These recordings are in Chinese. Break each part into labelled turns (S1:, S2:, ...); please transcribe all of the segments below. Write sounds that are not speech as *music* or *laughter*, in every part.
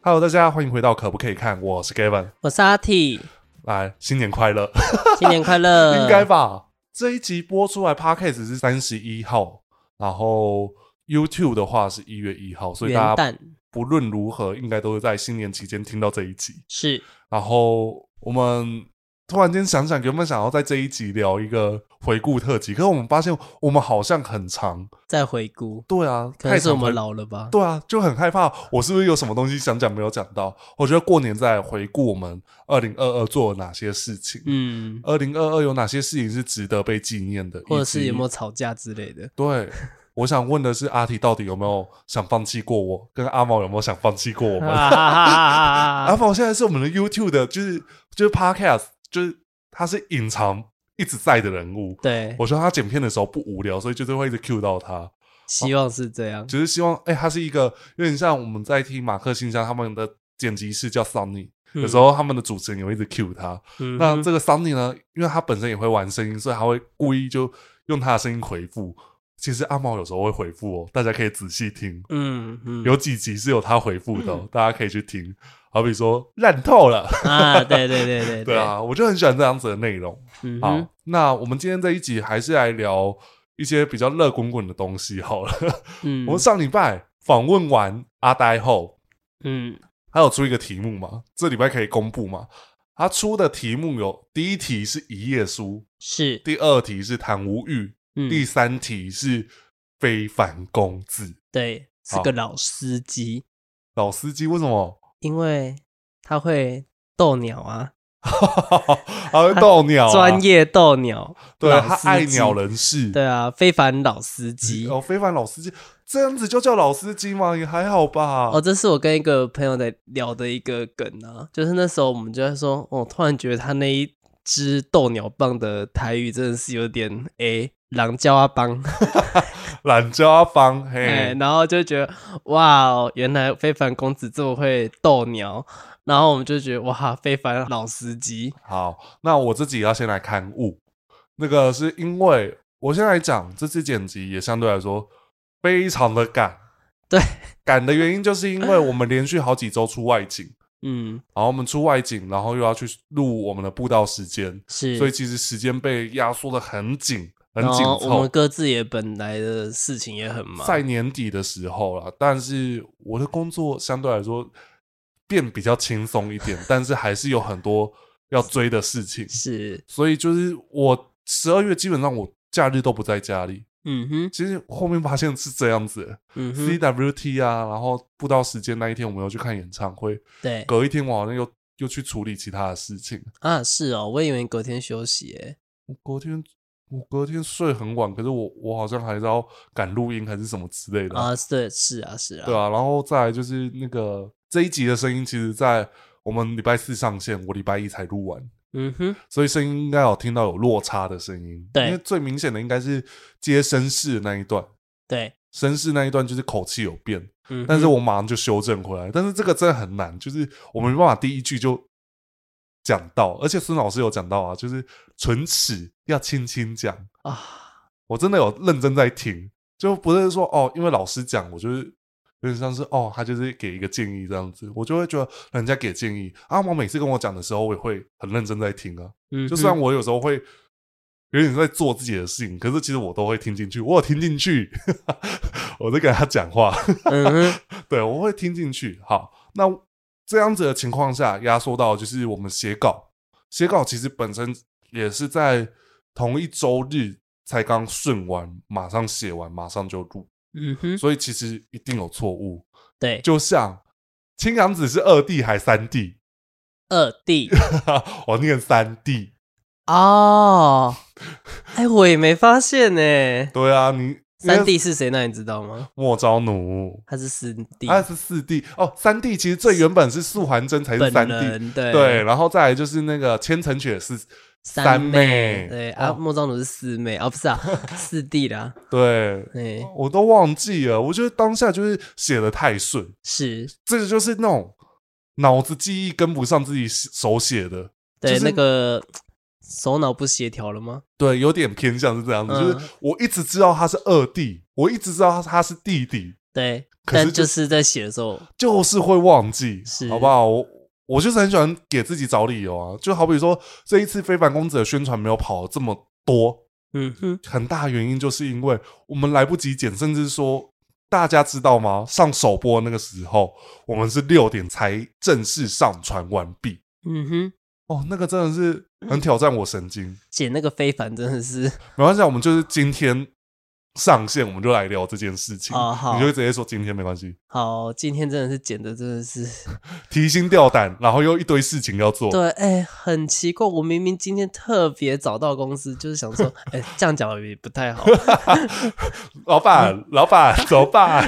S1: Hello，大家欢迎回到可不可以看？我是 Gavin，
S2: 我是阿
S1: *laughs*
S2: T，
S1: 来新年快乐，
S2: 新年快乐！
S1: 应该吧？这一集播出来 Podcast 是三十一号，然后 YouTube 的话是一月一号，所以
S2: 元
S1: 大家
S2: 旦
S1: 不论如何，应该都是在新年期间听到这一集。
S2: 是
S1: 然后我们突然间想想，原本想要在这一集聊一个回顾特辑，可是我们发现我们好像很长，
S2: 再回顾，
S1: 对啊，
S2: 可能是
S1: 太
S2: 我
S1: 长回
S2: 们老了吧？
S1: 对啊，就很害怕，我是不是有什么东西想讲没有讲到？我觉得过年再回顾我们二零二二做了哪些事情，
S2: 嗯，
S1: 二零二二有哪些事情是值得被纪念的，
S2: 或者是有没
S1: 有
S2: 有吵架之类的？
S1: 对。我想问的是，阿提到底有没有想放弃过我？跟阿毛有没有想放弃过我们？
S2: 哈哈哈
S1: 阿
S2: 哈哈！
S1: 毛现在是我们的 YouTube 的，就是就是 Podcast，就是他是隐藏一直在的人物。
S2: *laughs*
S1: *laughs*
S2: 对，
S1: 我说他剪片的时候不无聊，所以就是会一直 cue 到他。
S2: 希望是这样。
S1: 只是希望，哎、他是一个有点像我们在听马克信箱他们的剪辑师叫 Sunny，、
S2: 嗯
S1: 有时候他们的主持人也会一直 cue 他。
S2: 嗯
S1: 那这个 Sunny 呢，因为他本身也会玩声音，所以他会故意就用他的声音回复。其实阿毛有时候会回复哦，大家可以仔细听，
S2: 嗯嗯，
S1: 有几集是有他回复的、哦，大家可以去听。好比说烂透了，
S2: *laughs* 啊，对对对
S1: *laughs*
S2: 对
S1: 对，啊，我就很喜欢这样子的内容。
S2: 嗯
S1: 好，
S2: 哼，
S1: 那我们今天这一集还是来聊一些比较热滚滚的东西好了。
S2: 嗯
S1: 我们上礼拜访问完阿呆后，
S2: 嗯
S1: 他有出一个题目嘛？这礼拜可以公布嘛？他出的题目有：第一题是一页书，
S2: 是
S1: 第二题是谈无欲，
S2: 嗯
S1: 第三题是非凡公子。
S2: 对，是
S1: 好
S2: 个老司机，
S1: 老司机为什么？ *laughs*
S2: 因为他会斗鸟啊，
S1: 他会逗鸟、啊，
S2: 专业斗鸟，
S1: 对
S2: 老
S1: 他
S2: 司
S1: 爱
S2: 机
S1: 鸟人士，
S2: 对啊，非凡老司机
S1: 哦，非凡老司机这样子就叫老司机吗？也还好吧。
S2: 哦，这是我跟一个朋友在聊的一个梗啊，就是那时候我们就在说，哦，突然觉得他那一只斗鸟棒的台语真的是有点诶，狼叫阿帮，
S1: 懒家方嘿，
S2: *laughs* 哎，然后就觉得哇哦，原来非凡公子这么会斗鸟，然后我们就觉得哇，非凡老司机，
S1: 好，那我自己要先来刊物，那个是因为我先来讲这次剪辑也相对来说非常的赶，
S2: 对，
S1: 赶的原因就是因为我们连续好几周出外景，
S2: 嗯，
S1: 然后我们出外景，然后又要去录我们的步道时间，
S2: 是，
S1: 所以其实时间被压缩的很紧，很
S2: 然
S1: 紧
S2: 后我
S1: 凑
S2: 们。各自也本来的事情也很忙，
S1: 在年底的时候啦，但是我的工作相对来说变比较轻松一点，但是还是有很多要追的事情。
S2: 是，
S1: 所以就是我十二月基本上我假日都不在家里。
S2: 嗯哼，
S1: 其实后面发现是这样子、
S2: 嗯
S1: c
S2: 哼，
S1: w t 啊，然后不到时间那一天我们又去看演唱会，
S2: 对
S1: 隔一天我好像又又去处理其他的事情。
S2: 啊，是哦，我以为你隔天休息诶。
S1: 我隔天我隔天睡很晚，可是我我好像还是要赶录音还是什么之类的啊、
S2: 啊，对，是啊，是啊，
S1: 对啊，然后再来就是那个这一集的声音，其实在我们礼拜四上线，我礼拜一才录完。
S2: 嗯哼，
S1: 所以声音应该有听到有落差的声音。
S2: 对
S1: 因为最明显的应该是接绅士那一段，
S2: 对，
S1: 绅士那一段就是口气有变，
S2: 嗯哼，
S1: 但是我马上就修正回来。但是这个真的很难，就是我没办法第一句就讲到，而且孙老师有讲到啊，就是唇齿要轻轻讲。
S2: 啊，
S1: 我真的有认真在听，就不是说哦，因为老师讲，我就是。有点像是哦，他就是给一个建议这样子，我就会觉得人家给建议阿毛每次跟我讲的时候，我也会很认真在听啊。
S2: 嗯哼，
S1: 就算我有时候会有点在做自己的事情，可是其实我都会听进去，我有听进去，我在跟他讲话， *laughs*
S2: 嗯 *laughs* 哼，
S1: 对我会听进去。好，那这样子的情况下，压缩到就是我们写稿，写稿其实本身也是在同一周日才刚顺完，马上写完，马上就录，
S2: 嗯哼，
S1: 所以其实一定有错误，
S2: 对，
S1: 就像。青阳子是二 D 还三 D？
S2: 二弟
S1: *laughs* 我念三 D。
S2: 哦，哎，我也没发现呢。
S1: 对啊，你
S2: 三弟是谁？那你知道吗？
S1: 莫昭奴，
S2: 他是四弟，
S1: 他是四弟哦，三弟其实最原本是素还真才是
S2: 本
S1: 三弟，
S2: 人对
S1: 对，然后再来就是那个千层雪是
S2: 三
S1: 妹，
S2: 对啊，
S1: 哦
S2: 莫昭奴是四妹啊，不是啊，四弟啦，
S1: 对，
S2: 哎，
S1: 我都忘记了，我觉得当下就是写的太顺，
S2: 是
S1: 这个就是那种脑子记忆跟不上自己手写的，
S2: 对
S1: 就是
S2: 那个手脑不协调了吗？
S1: 对，有点偏向是这样子，
S2: 嗯
S1: 就是我一直知道他是二弟，我一直知道他是弟弟，
S2: 对，
S1: 可是
S2: 但
S1: 就
S2: 就是在写的时候，
S1: 就是会忘记，
S2: 是
S1: 好不好？我我就是很喜欢给自己找理由啊，就好比说这一次《非凡公子》的宣传没有跑这么多，
S2: 嗯哼，
S1: 很大原因就是因为我们来不及剪，甚至说大家知道吗？上首播那个时候，我们是六点才正式上传完毕。
S2: 嗯哼，
S1: 哦，那个真的是很挑战我神经。
S2: *clears throat* 剪那个非凡真的是
S1: 没关系啊，我们就是今天上线，我们就来聊这件事情。
S2: 哦好
S1: 你就直接说今天没关系，
S2: 好，今天真的是剪的真的是，
S1: 提心吊胆，然后又一堆事情要做。
S2: 对，哎、很奇怪，我明明今天特别早到公司，就是想说，哎、这样讲也不
S1: *laughs*
S2: 太好，
S1: 老
S2: 嗯
S1: 板，老
S2: *laughs*
S1: 板，走吧。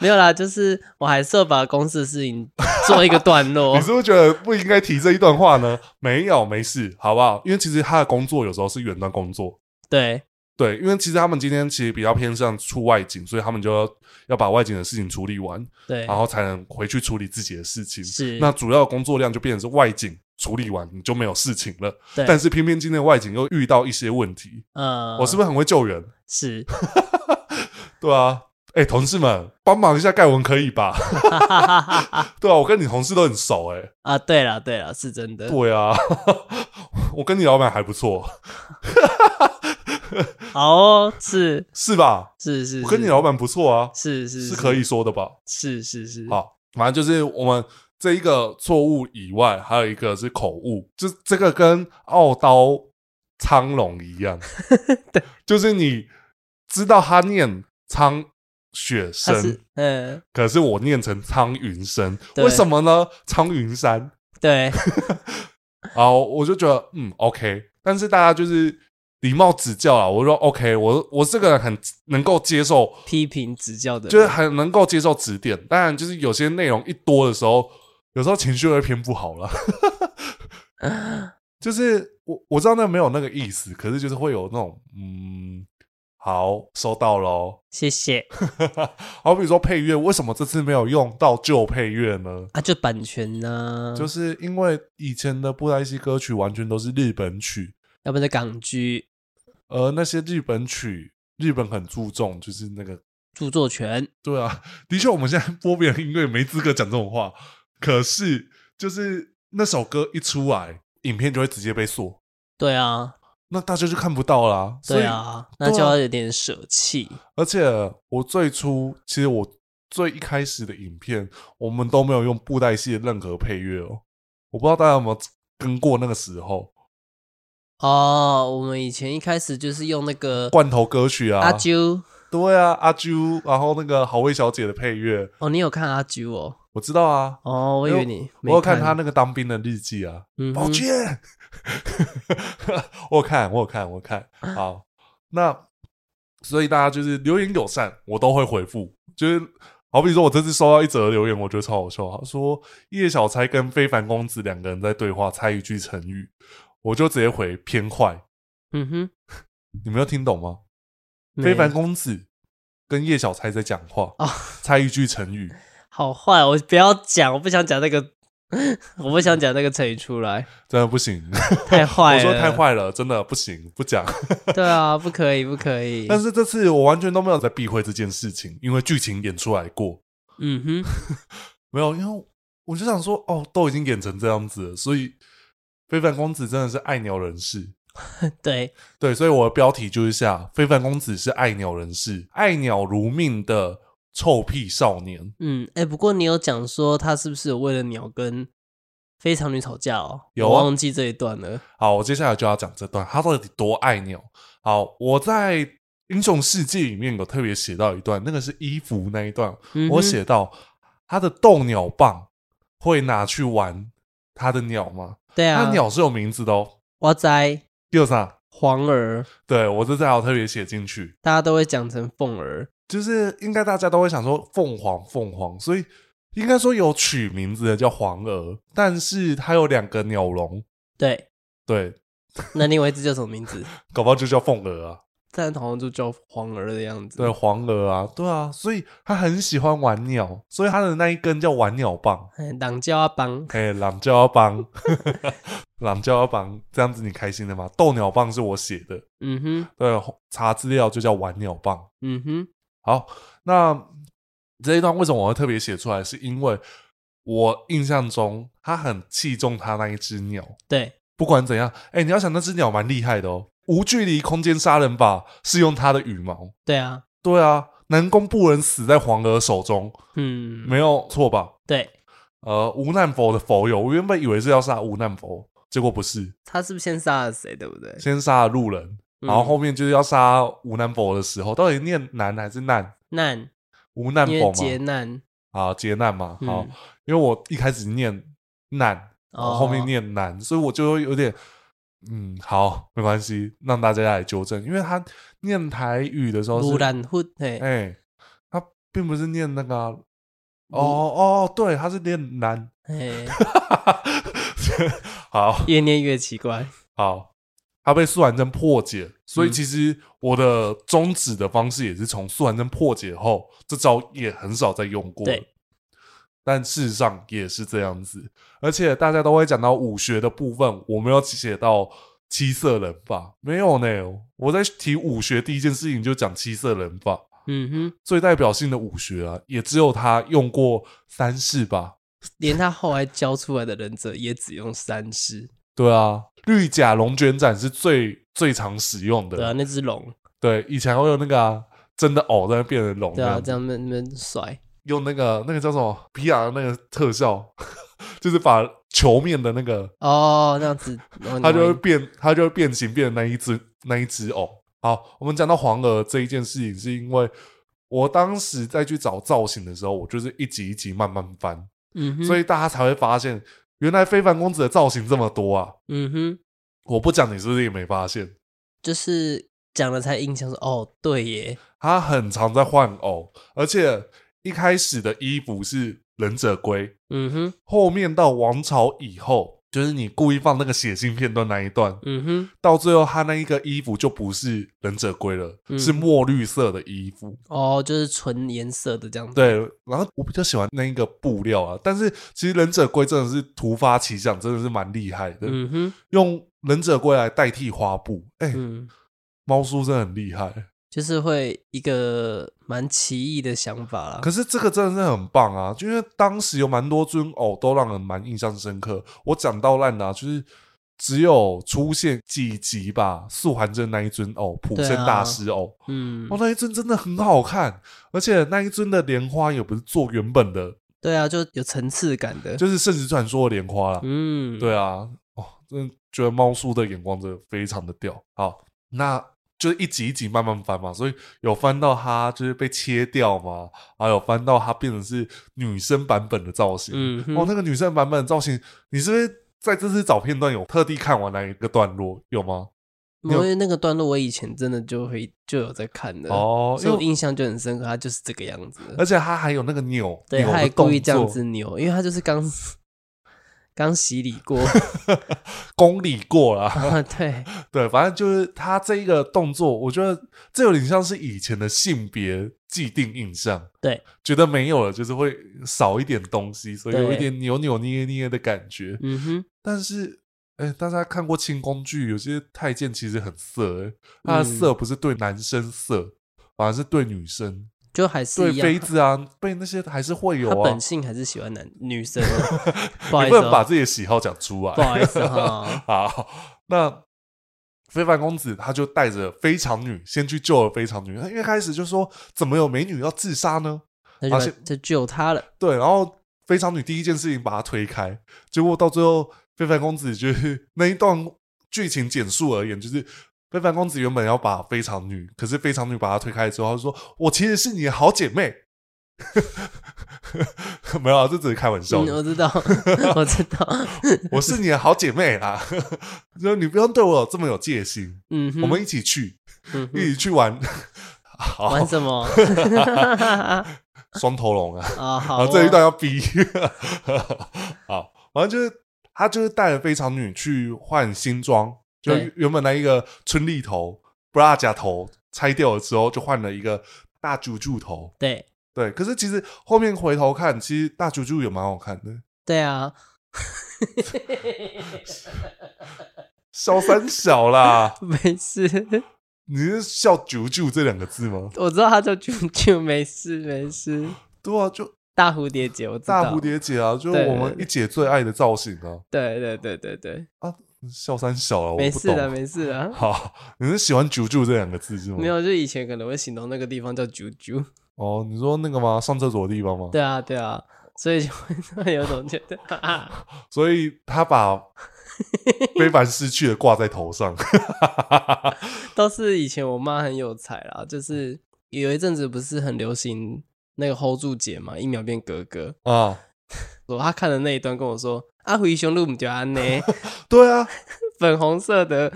S2: 没有啦，就是我还是要把公司的事情做一个段落
S1: *laughs* 你，是不是觉得不应该提这一段话呢？没有，没事，好不好？因为其实他的工作有时候是远端工作，
S2: 对，
S1: 对，因为其实他们今天其实比较偏向出外景，所以他们就要要把外景的事情处理完，
S2: 对
S1: 然，后才能回去处理自己的事情。
S2: 是，
S1: 那主要的工作量就变成是外景处理完，你就没有事情了。
S2: 对
S1: 但是偏偏今天的外景又遇到一些问题，
S2: 呃，
S1: 我是不是很会救人？
S2: 是， *laughs*
S1: 对啊，哎、同事们帮忙一下盖文可以吧？ *laughs*
S2: 哈哈哈哈哈
S1: 对啊，我跟你同事都很熟哎、
S2: 啊，对了，对了，是真的，
S1: 对啊， *laughs* 我跟你老板还不错，
S2: 好、哦，是
S1: 是吧？
S2: 是是，
S1: 我跟
S2: 是
S1: 你老板不错啊，
S2: 是是
S1: 是可以，说的吧？
S2: 是是是，
S1: 好，反正就是我们这一个错误以外，还有一个是口误，就这个跟傲刀苍龙一样，
S2: *laughs* 对，
S1: 就是你知道他念苍雪
S2: 他是
S1: 生，
S2: 嗯，
S1: 可是我念成苍云生，
S2: 对
S1: 为什么呢？苍云山，
S2: 对，
S1: 然后我就觉得嗯 OK，但是大家就是。礼貌指教啊，我说 OK，我我这个人很能够接受
S2: 批评指教的人，
S1: 就是很能够接受指点。当然，就是有些内容一多的时候，有时候情绪会偏不好了。就是我我知道那没有那个意思，可是就是会有那种嗯，好收到喽。
S2: 谢谢
S1: *laughs* 好比说配乐，为什么这次没有用到旧配乐呢？
S2: 啊，就版权呢、
S1: 就是因为以前的布袋戏歌曲完全都是日本曲，
S2: 要不然就港剧
S1: 而那些日本曲，日本很注重就是那个
S2: 著作权，
S1: 对啊， *laughs* 的确，我们现在播别人音乐没资格讲这种话。可是，就是那首歌一出来，影片就会直接被锁，
S2: 对啊，
S1: 那大家就看不到啦。所以
S2: 对，啊，那
S1: 对啊
S2: 就要有点舍弃，
S1: 而且我最初，其实我最一开始的影片，我们都没有用布袋戏的任何配乐哦。我不知道大家有没有跟过那个时候
S2: 哦，我们以前一开始就是用那个
S1: 罐头歌曲啊，
S2: 阿啾，
S1: 对啊，阿啾，然后那个好味小姐的配乐，
S2: 哦，你有看阿啾哦？
S1: 我知道啊。
S2: 哦，我以为你没
S1: 我有看他
S2: 看，
S1: 那个当兵的日记啊，
S2: 嗯
S1: 宝
S2: 哼，
S1: 剑， *laughs* 我有看，我有看，我有看。
S2: 啊
S1: 好，那所以大家就是留言友善，我都会回复。就是好比说，我这次收到一则留言，我觉得超好笑。他说叶小钗跟非凡公子两个人在对话，猜一句成语，我就直接回偏坏。
S2: 嗯哼，
S1: 你们有听懂吗？
S2: 没
S1: 非凡公子跟叶小钗在讲话，
S2: 哦，
S1: 猜一句成语。
S2: 好坏，我不要讲，我不想讲那个， *laughs* 我不想讲那个成语
S1: *laughs*
S2: 出来，
S1: 真的不行，
S2: 太
S1: 我
S2: 坏了，
S1: 说太，坏了，真的不行，不讲。
S2: 对啊，不可以，不可以，
S1: 但是这次我完全都没有在避讳这件事情，因为剧情演出来过，
S2: 嗯哼，
S1: 没有，因为我就想说，哦，都已经演成这样子了，所以非凡公子真的是爱鸟人士。
S2: 对，
S1: 对，所以我的标题就是下“非凡公子是爱鸟人士，爱鸟如命的臭屁少年
S2: 嗯，哎、不过你有讲说他是不是有为了鸟跟非常女吵架哦？
S1: 有啊
S2: 我忘记这一段了。”。
S1: 好，我接下来就要讲这段，他到底多爱鸟？好，我在《英雄世界》里面有特别写到一段，那个是衣服那一段，
S2: 嗯
S1: 我
S2: 哼
S1: 写到他的斗鸟棒会拿去玩他的鸟吗？
S2: 对
S1: 他
S2: 啊，
S1: 鸟是有名字的哦。
S2: 哇塞，
S1: 第二啥？
S2: 黄儿，
S1: 对我这次还有特别写进去，
S2: 大家都会讲成凤儿，
S1: 就是应该大家都会想说凤凰凤凰，所以应该说有取名字的叫黄鹅，但是它有两个鸟笼，
S2: 对，
S1: 对，
S2: 那另外一只叫什么名字？ *laughs*
S1: 搞不好就叫凤鹅啊，
S2: 但好像就叫黄儿的样子。
S1: 对，，黄鹅啊，对啊，所以他很喜欢玩鸟，所以他的那一根叫玩鸟棒，
S2: 哎，党叫阿邦，
S1: 哎、懒叫棒， *laughs* 懒叫棒，这样子你开心的吗？斗鸟棒是我写的，
S2: 嗯哼，
S1: 对，查资料就叫玩鸟棒。
S2: 嗯哼，
S1: 好，那这一段为什么我会特别写出来，是因为我印象中他很器重他那一只鸟，
S2: 对，
S1: 不管怎样，哎、你要想那只鸟蛮厉害的哦，无距离空间杀人法是用它的羽毛，
S2: 对啊，
S1: 对啊，南宫不能死在黄娥手中，
S2: 嗯，
S1: 没有错吧？
S2: 对，
S1: 呃，无难佛的佛友，我原本以为是要杀无难佛，结果不是，
S2: 他是不是先杀了谁，对不对？
S1: 先杀了路人，然后
S2: 嗯
S1: 后面就是要杀无难佛的时候，到底念难还是难？
S2: 难，
S1: 无难
S2: 因
S1: 佛
S2: 为
S1: 嘛，
S2: 劫难，
S1: 啊，劫难嘛，
S2: 嗯
S1: 好，因为我一开始念难，然后后面
S2: 哦
S1: 念难，所以我就会有点，嗯，好，没关系，让大家来纠正，因为他念台语的时候
S2: 鲁
S1: 是，
S2: 兰混，嘿，
S1: 哎、他并不是念那个啊、哦哦，对，他是念难， *laughs*
S2: 嘿，
S1: 好
S2: 哎越念越奇怪，
S1: 好，他被素还真破解，所以
S2: 嗯
S1: 其实我的终止的方式也是从素还真破解后，这招也很少再用过了
S2: 对
S1: 但事实上也是这样子。而且大家都会讲到武学的部分，我没有写到七色人法，没有呢。我在提武学第一件事情就讲七色人法，
S2: 嗯哼，
S1: 最代表性的武学啊，也只有他用过三式吧。
S2: 连他后来教出来的忍者也只用三式，
S1: 对啊，绿甲龙卷斩是最最常使用的。
S2: 对啊，那只龙，
S1: 对，以前会有那个、啊、真的偶在那变成龙，
S2: 对啊，这
S1: 样
S2: 样那那边甩，
S1: 用那个那个叫什么 PR 那个特效， *laughs* 就是把球面的那个
S2: 哦，那
S1: *laughs*
S2: 样子，哦
S1: 它就会
S2: 你会
S1: 变，它就会变形，变成那一只那一只偶。好，我们讲到黄娥这一件事情，是因为我当时在去找造型的时候，我就是一集一集慢慢翻，
S2: 嗯哼，
S1: 所
S2: 以，
S1: 以大家才会发现，原来非凡公子的造型这么多啊！
S2: 嗯哼，
S1: 我不讲，你是不是也没发现？
S2: 就是讲了才印象说，哦，对耶，
S1: 他很常在换偶，而且一开始的衣服是忍者龟，
S2: 嗯哼，
S1: 后面到王朝以后，就是你故意放那个血腥片段那一段，
S2: 嗯哼，
S1: 到最后，他那一个衣服就不是忍者龟了，
S2: 嗯
S1: 是墨绿色的衣服。
S2: 哦，就是纯颜色的这样子，
S1: 对，然后我比较喜欢那一个布料啊，但是其实忍者龟真的是突发奇想，真的是蛮厉害的。
S2: 嗯哼，
S1: 用忍者龟来代替花布，哎、
S2: 嗯，
S1: 猫叔真的很厉害。
S2: *laughs* 就是会一个蛮奇异的想法啦。
S1: 啊可是这个真的是很棒啊，就因为当时有蛮多尊偶都让人蛮印象深刻。我讲到烂的、啊，就是只有出现几集吧，素还真那一尊偶，普
S2: 对啊
S1: 生大师偶，
S2: 嗯
S1: 哦，，那一尊真的很好看，而且那一尊的莲花也不是做原本的，
S2: 对啊，就有层次感的，
S1: 就是圣职传说的莲花啦。
S2: 嗯，
S1: 对啊，哦，真的觉得猫叔的眼光真的非常的屌。好，那就是一集一集慢慢翻嘛，所以有翻到它就是被切掉嘛，还有翻到它变成是女生版本的造型。
S2: 嗯哼，
S1: 哦，那个女生版本的造型，你是不是在这次找片段有特地看完哪一个段落有吗？
S2: 因为那个段落我以前真的就会就有在看的，
S1: 哦，
S2: 所
S1: 因
S2: 以我
S1: 为
S2: 印象就很深刻，他就是这个样子的。
S1: 而且它还有那个扭，
S2: 对，
S1: 扭
S2: 他
S1: 的
S2: 还故意
S1: 动
S2: 这样
S1: 作
S2: 子扭，因为他就是刚刚洗礼
S1: *laughs*
S2: 过，
S1: *laughs*
S2: *laughs*
S1: 公理过啦。
S2: 对，
S1: 对，反正就是他这一个动作，我觉得这有点像是以前的性别既定印象。
S2: 对，
S1: 觉得没有了，就是会少一点东西，所以
S2: 对
S1: 有一点扭扭捏捏的感觉。
S2: 嗯哼，
S1: 但是，哎、大家看过清宫剧，有些太监其实很色、欸，他的
S2: 嗯
S1: 色不是对男生色，反而是对女生，
S2: 就还是
S1: 对
S2: 一样
S1: 妃，子啊，被那些还是会有
S2: 他
S1: 啊
S2: 本。性还是喜欢男
S1: *laughs*
S2: 女生的，不好
S1: 你
S2: 意
S1: 不
S2: 思
S1: 能把
S2: 哦，
S1: 自己的喜好讲出来
S2: 不。好意思哈，
S1: *laughs* 好，那非凡公子他就带着非常女先去救了非常女。他一开始就说怎么有美女要自杀呢？
S2: 那就把
S1: 而且
S2: 就救他了，
S1: 对，然后非常女第一件事情把她推开，结果到最后非凡公子就是 *laughs* 那一段剧情简述而言，就是。非凡公子原本要把非常女，可是非常女把他推开之后，他就说：“我其实是你的好姐妹。” *laughs* 没有啊，这只是开玩笑
S2: 嗯，
S1: 的。
S2: 我知道，
S1: *laughs*
S2: 我知道，
S1: 我是你的好姐妹啦， *laughs* 就你不用对我有这么有戒心。
S2: 嗯哼，
S1: 我们一起去，
S2: 嗯
S1: 一
S2: 哼
S1: 起去玩， *laughs* 好
S2: 玩，
S1: *laughs*
S2: 什么？
S1: 双头龙啊！
S2: 啊，好
S1: 好，
S2: 哦，
S1: 这一段要逼。 *laughs* 好，反正就是他就是带了非常女去换新装，就
S2: 对
S1: 原本那一个春丽头、bra 甲头拆掉了之后，就换了一个大竹柱头。
S2: 对
S1: 对，可是其实后面回头看，其实大竹柱也蛮好看的。
S2: 对啊，，
S1: 小三小啦 *laughs*
S2: 没事，
S1: 你是笑“竹柱”这两个字吗？
S2: 我知道他叫啾啾，没事没事，
S1: 对啊，就
S2: 大蝴蝶结，我知道。
S1: 大蝴，蝶结啊，就是
S2: 对
S1: 我们一姐最爱的造型啊。
S2: 对对对对对，
S1: 笑三小啊，我
S2: 没
S1: 不
S2: 事的，
S1: 懂。
S2: 没事的。
S1: 好，你是喜欢“啾啾”这两个字是吗？
S2: 没有，就以前可能会形容那个地方叫啾啾。
S1: 哦，你说那个吗？上厕所的地方吗？
S2: 对啊，对啊，所以就会 *laughs* 突然有种觉得，啊、
S1: 所以他
S2: *laughs*
S1: 把非凡失去的挂在头上。
S2: 都是以前我妈很有才啦，就是有一阵子不是很流行那个 hold 住姐嘛，一秒变格格。
S1: 啊，
S2: 我她看的那一段跟我说：“啊阿辉胸露唔就安呢， *laughs*
S1: 对啊，
S2: 粉红色的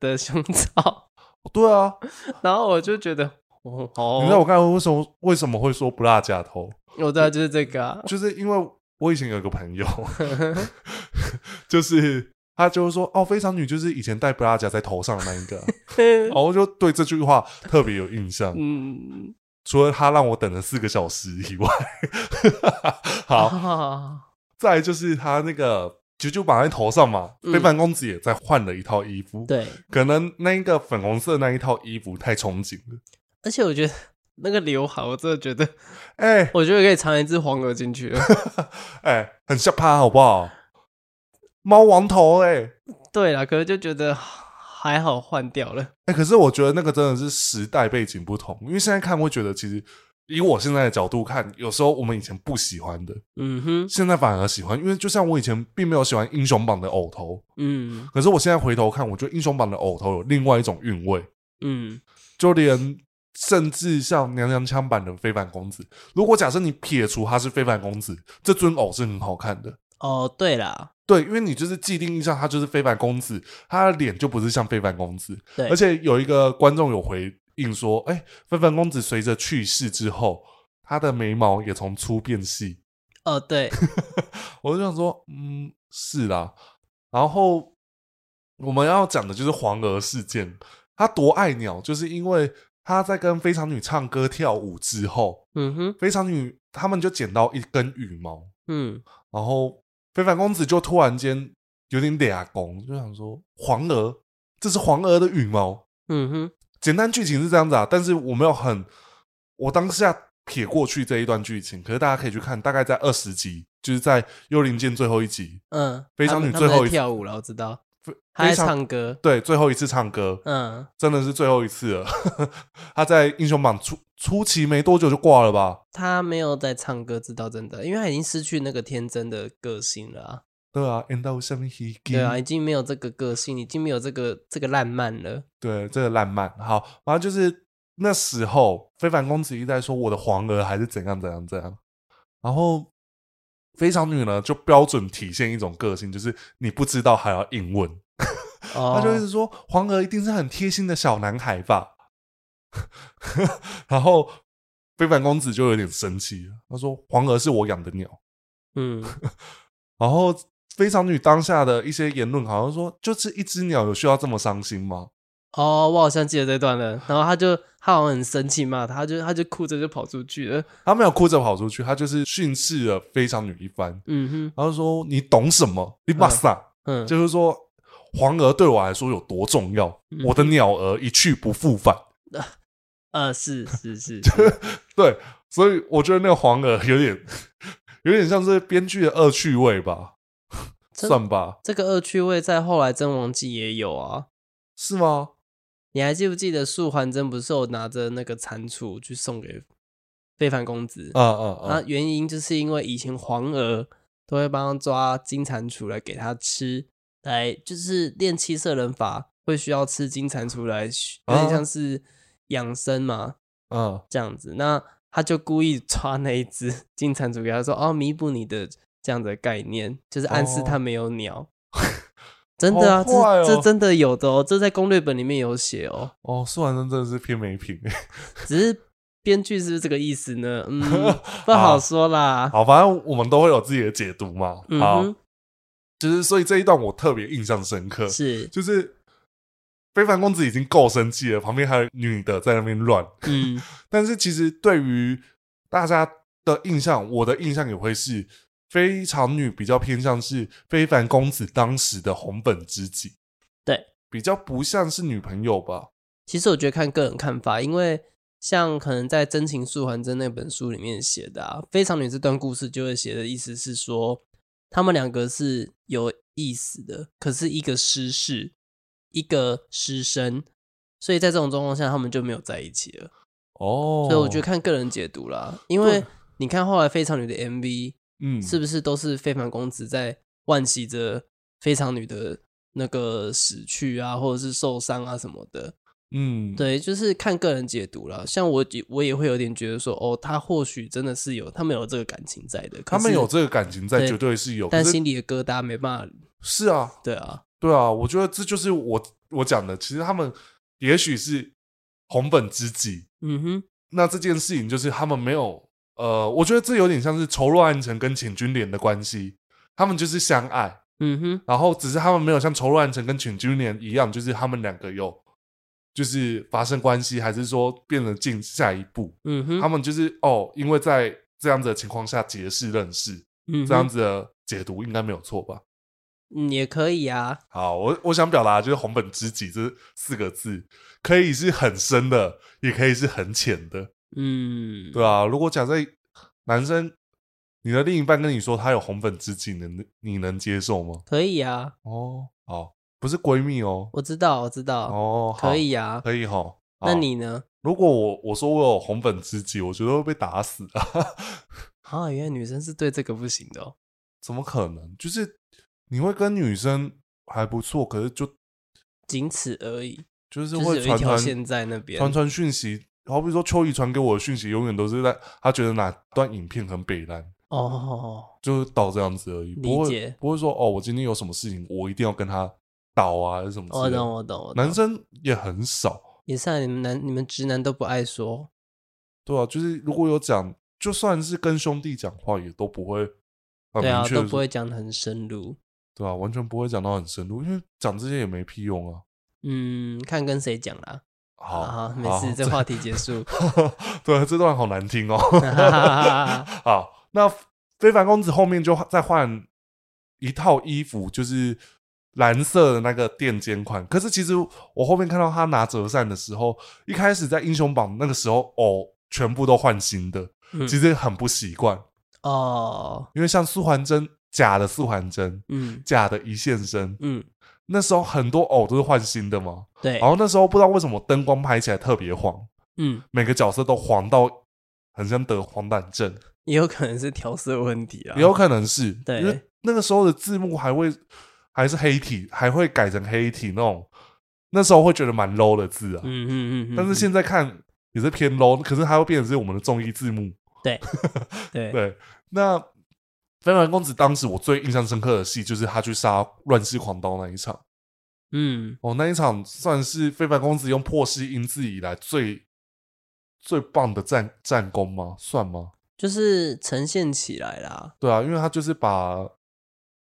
S2: 的胸罩。
S1: 对啊。”
S2: 然后我就觉得，哦，
S1: 你知道
S2: 哦
S1: 我刚才为什么为什么会说不辣假头？
S2: *laughs* 我知道就是这
S1: *laughs*
S2: 个、啊，
S1: 就是因为我以前有个朋友， *laughs* 就是他就会说哦，非常女就是以前戴不辣夹在头上的那一
S2: *laughs*
S1: 个啊，然后我就对这句话特别有印象。
S2: 嗯，
S1: 除了他让我等了四个小时以外， *laughs* 好，
S2: 好，
S1: 再来就是他那个九九绑在头上嘛，
S2: 嗯
S1: 非凡公子也在换了一套衣服，
S2: 对，
S1: 可能那一个粉红色那一套衣服太憧憬了。
S2: 而且我觉得那个刘海，我真的觉得，
S1: 哎、
S2: 我觉得可以藏一只黄鹅进去了。
S1: 哎、很吓趴，好不好？猫王头哎、
S2: 对啦，可是就觉得还好换掉了。
S1: 哎、可是我觉得那个真的是时代背景不同，因为现在看会觉得，其实以我现在的角度看，有时候我们以前不喜欢的，
S2: 嗯哼，
S1: 现在反而喜欢。因为就像我以前并没有喜欢英雄榜的偶头，
S2: 嗯
S1: 可是我现在回头看，我觉得英雄榜的偶头有另外一种韵味，
S2: 嗯，
S1: 就连甚至像娘娘腔版的非凡公子，如果假设你撇除他是非凡公子，这尊偶是很好看的。
S2: 哦，对啦，
S1: 对，因为你就是既定印象，他就是非凡公子，他的脸就不是像非凡公子，
S2: 对，
S1: 而且有一个观众有回应说：“哎、非凡公子随着去世之后，他的眉毛也从粗变细。
S2: 哦，对，”
S1: 我就想说：“嗯，是啦。”然后我们要讲的就是黄娥事件，他多爱鸟，就是因为他在跟非常女唱歌跳舞之后，
S2: 嗯哼，
S1: 非常女他们就捡到一根羽毛，
S2: 嗯，
S1: 然后非凡公子就突然间有点嗲拱，就想说：“黄娥，这是黄娥的羽毛。”
S2: 嗯哼，
S1: 简单剧情是这样子啊，但是我没有很，我当下撇过去这一段剧情，可是大家可以去看，大概在二十集，就是在《幽灵剑》最后一集，
S2: 嗯，
S1: 非常
S2: 他们
S1: 女
S2: 他
S1: 最
S2: 们
S1: 后
S2: 在
S1: 一
S2: 跳舞了，我知道，
S1: 非
S2: 她在
S1: 非常
S2: 唱歌，
S1: 对最后一次唱歌，
S2: 嗯，
S1: 真的是最后一次了。 *laughs* 他在英雄榜初初期没多久就挂了吧？
S2: 她没有在唱歌，知道真的，因为她已经失去那个天真的个性了、啊，
S1: 对啊，end up 下面 he
S2: 对啊，已经没有这个个性，已经没有这个这个烂漫了，
S1: 对，这个烂漫。好，反正就是那时候，非凡公子一直在说我的皇儿还是怎样怎样怎样，然后非常女呢就标准体现一种个性，就是你不知道还要硬问，她，
S2: 哦
S1: 就一直说皇儿一定是很贴心的小男孩吧， *laughs* 然后。非凡公子就有点生气了，他说：“皇儿是我养的鸟。”
S2: 嗯，
S1: 然后非常女当下的一些言论，好像说：“就是一只鸟，有需要这么伤心吗？”
S2: 哦，我好像记得这段了，然后她就她好像很生气嘛，她就她就哭着就跑出去了，
S1: 他没有哭着跑出去，他就是训斥了非常女一番，
S2: 嗯哼，
S1: 然后说：“你懂什么？你马萨、
S2: 嗯，
S1: 就是说黄鹅对我来说有多重要，
S2: 嗯
S1: 我的鸟儿一去不复返。
S2: 呃，是是
S1: *laughs*
S2: 是，
S1: 对，所以我觉得那个黄鹅有点 *laughs* 有点像是编剧的恶趣味吧，
S2: 真
S1: 算吧，
S2: 这个恶趣味在后来《真王记》也有啊。
S1: 是吗？
S2: 你还记不记得素还真不是有拿着那个蟾蜍去送给非凡公子？
S1: 啊啊
S2: 啊，
S1: 啊！
S2: 原因就是因为以前黄娥都会帮他抓金蟾蜍来给他吃，来就是练七色人法会需要吃金蟾蜍来，有点
S1: 啊
S2: 像是养生嘛
S1: 嗯，
S2: 这样子。那他就故意抓那一只 *laughs* 金蟾蜍给他说：“哦，弥补你的这样的概念，就是暗示
S1: 哦
S2: 他没有鸟。 *laughs* 真的啊，
S1: 好坏哦
S2: 这这真的有的哦，这在攻略本里面有写哦。
S1: 哦，苏完生真的是偏没品。 *laughs*
S2: 只是编剧是不是这个意思呢？嗯，不好说啦。
S1: 好，反正我们都会有自己的解读嘛。
S2: 嗯
S1: 好，
S2: 哼，
S1: 就是所以这一段我特别印象深刻。
S2: 是，
S1: 就是非凡公子已经够生气了，旁边还有女的在那边乱。
S2: 嗯
S1: 但是其实对于大家的印象，我的印象也会是非常女比较偏向是非凡公子当时的红粉知己，
S2: 对，
S1: 比较不像是女朋友吧。
S2: 其实我觉得看个人看法，因为像可能在《真情速还真》那本书里面写的啊，《非常女》这段故事就会写的意思是说，他们两个是有意思的，可是一个失事，一个失身，所以在这种状况下，他们就没有在一起了。
S1: 哦，
S2: 所以我觉得看个人解读啦，因为你看后来《非常女》的 MV
S1: 嗯
S2: 是不是都是非凡公子在惋惜着非常女的那个死去啊，或者是受伤啊什么的？
S1: 嗯
S2: 对，就是看个人解读啦。像我也，我也会有点觉得说，哦，他或许真的是有，他们有这个感情在的，可
S1: 他们
S2: 是
S1: 有，这个感情在，
S2: 对
S1: 绝对是有。
S2: 但
S1: 可是
S2: 心里的疙瘩没办法。
S1: 是啊，
S2: 对啊，
S1: 对啊，我觉得这就是我我讲的，其实他们也许是红粉知己，
S2: 嗯哼，
S1: 那这件事情就是他们没有呃，我觉得这有点像是仇弱暗沉跟请君莲的关系，他们就是相爱，
S2: 嗯哼，
S1: 然后只是他们没有像仇弱暗沉跟请君莲一样，就是他们两个有就是发生关系，还是说变成进下一步，
S2: 嗯哼，
S1: 他们就是哦，因为在这样子的情况下结识认识，
S2: 们
S1: 这样，子的解读应该没有错吧？
S2: 嗯，也可以啊。
S1: 好，我我想表达的就是“红本知己”这四个字，可以是很深的，也可以是很浅的，
S2: 嗯，
S1: 对啊。如果假设男生，你的另一半跟你说他有红粉知己，能你能接受吗？
S2: 可以啊，
S1: 哦，好，不是闺蜜哦，
S2: 我知道，我知道，
S1: 哦，好
S2: 可以啊。
S1: 可以哈。
S2: 那
S1: 好
S2: 你呢？
S1: 如果我我说我有红粉知己，我觉得会被打死 *laughs* 啊！
S2: 啊，原来女生是对这个不行的、哦。
S1: 怎么可能？就是你会跟女生还不错，可是就
S2: 仅此而已，
S1: 就是
S2: 就是
S1: 会
S2: 有一
S1: 传
S2: 条
S1: 传
S2: 线在那边。
S1: 传传讯息，好比说秋怡传给我的讯息，永远都是在他觉得哪段影片很北烂，
S2: 哦，
S1: 就是到这样子而已，不
S2: 理解
S1: 会不会说哦，我今天有什么事情，我一定要跟他倒啊，还是什么
S2: 我
S1: 之类
S2: 哦懂，
S1: 的。
S2: 我懂，我懂。
S1: 男生也很少，
S2: 也是啊，你们男、你们直男都不爱说，
S1: 对啊，就是如果有讲，就算是跟兄弟讲话，也都不会很
S2: 对啊
S1: 明，确
S2: 都
S1: 地
S2: 不
S1: 说，
S2: 会讲的很深入。
S1: 对啊，完全不会讲到很深入，因为讲这些也没屁用啊。
S2: 嗯，看跟谁讲啦。
S1: 好， *laughs*
S2: 啊没
S1: 哦好
S2: 事，这话题
S1: *laughs*
S2: 结束。
S1: 对，啊这段好难听
S2: *laughs*
S1: 哦。
S2: 哈哈哈哈
S1: 好，那非凡公子后面就再换一套衣服，就是蓝色的那个垫肩款。可是其实我后面看到他拿折扇的时候，一开始在英雄榜那个时候，哦，全部都换新的，
S2: 嗯
S1: 其实很不习惯，
S2: 哦，
S1: 因为像素还真假的素还真，
S2: 嗯
S1: 假的一线生，
S2: 嗯，
S1: 那时候很多哦偶都是换新的嘛。
S2: 对
S1: 然，后那时候不知道为什么灯光拍起来特别黄。
S2: 嗯，
S1: 每个角色都黄到很像得黄疸症，
S2: 也有可能是调色问题啦。
S1: 也有可能是
S2: 啊对
S1: 因为那个时候的字幕还会还是黑体，还会改成黑体那种，那时候会觉得蛮 low 的字啊。
S2: 嗯，嗯嗯嗯嗯，
S1: 但是现在看也是偏 low，可是它会变成是我们的综艺字幕。
S2: 对
S1: 对，那非凡公子当时我最印象深刻的戏就是他去杀乱世狂刀那一场。
S2: 嗯
S1: 哦，那一场算是非凡公子用破世音字以来最最棒的战战功吗？算吗？
S2: 就是呈现起来啦，
S1: 对啊，因为他就是把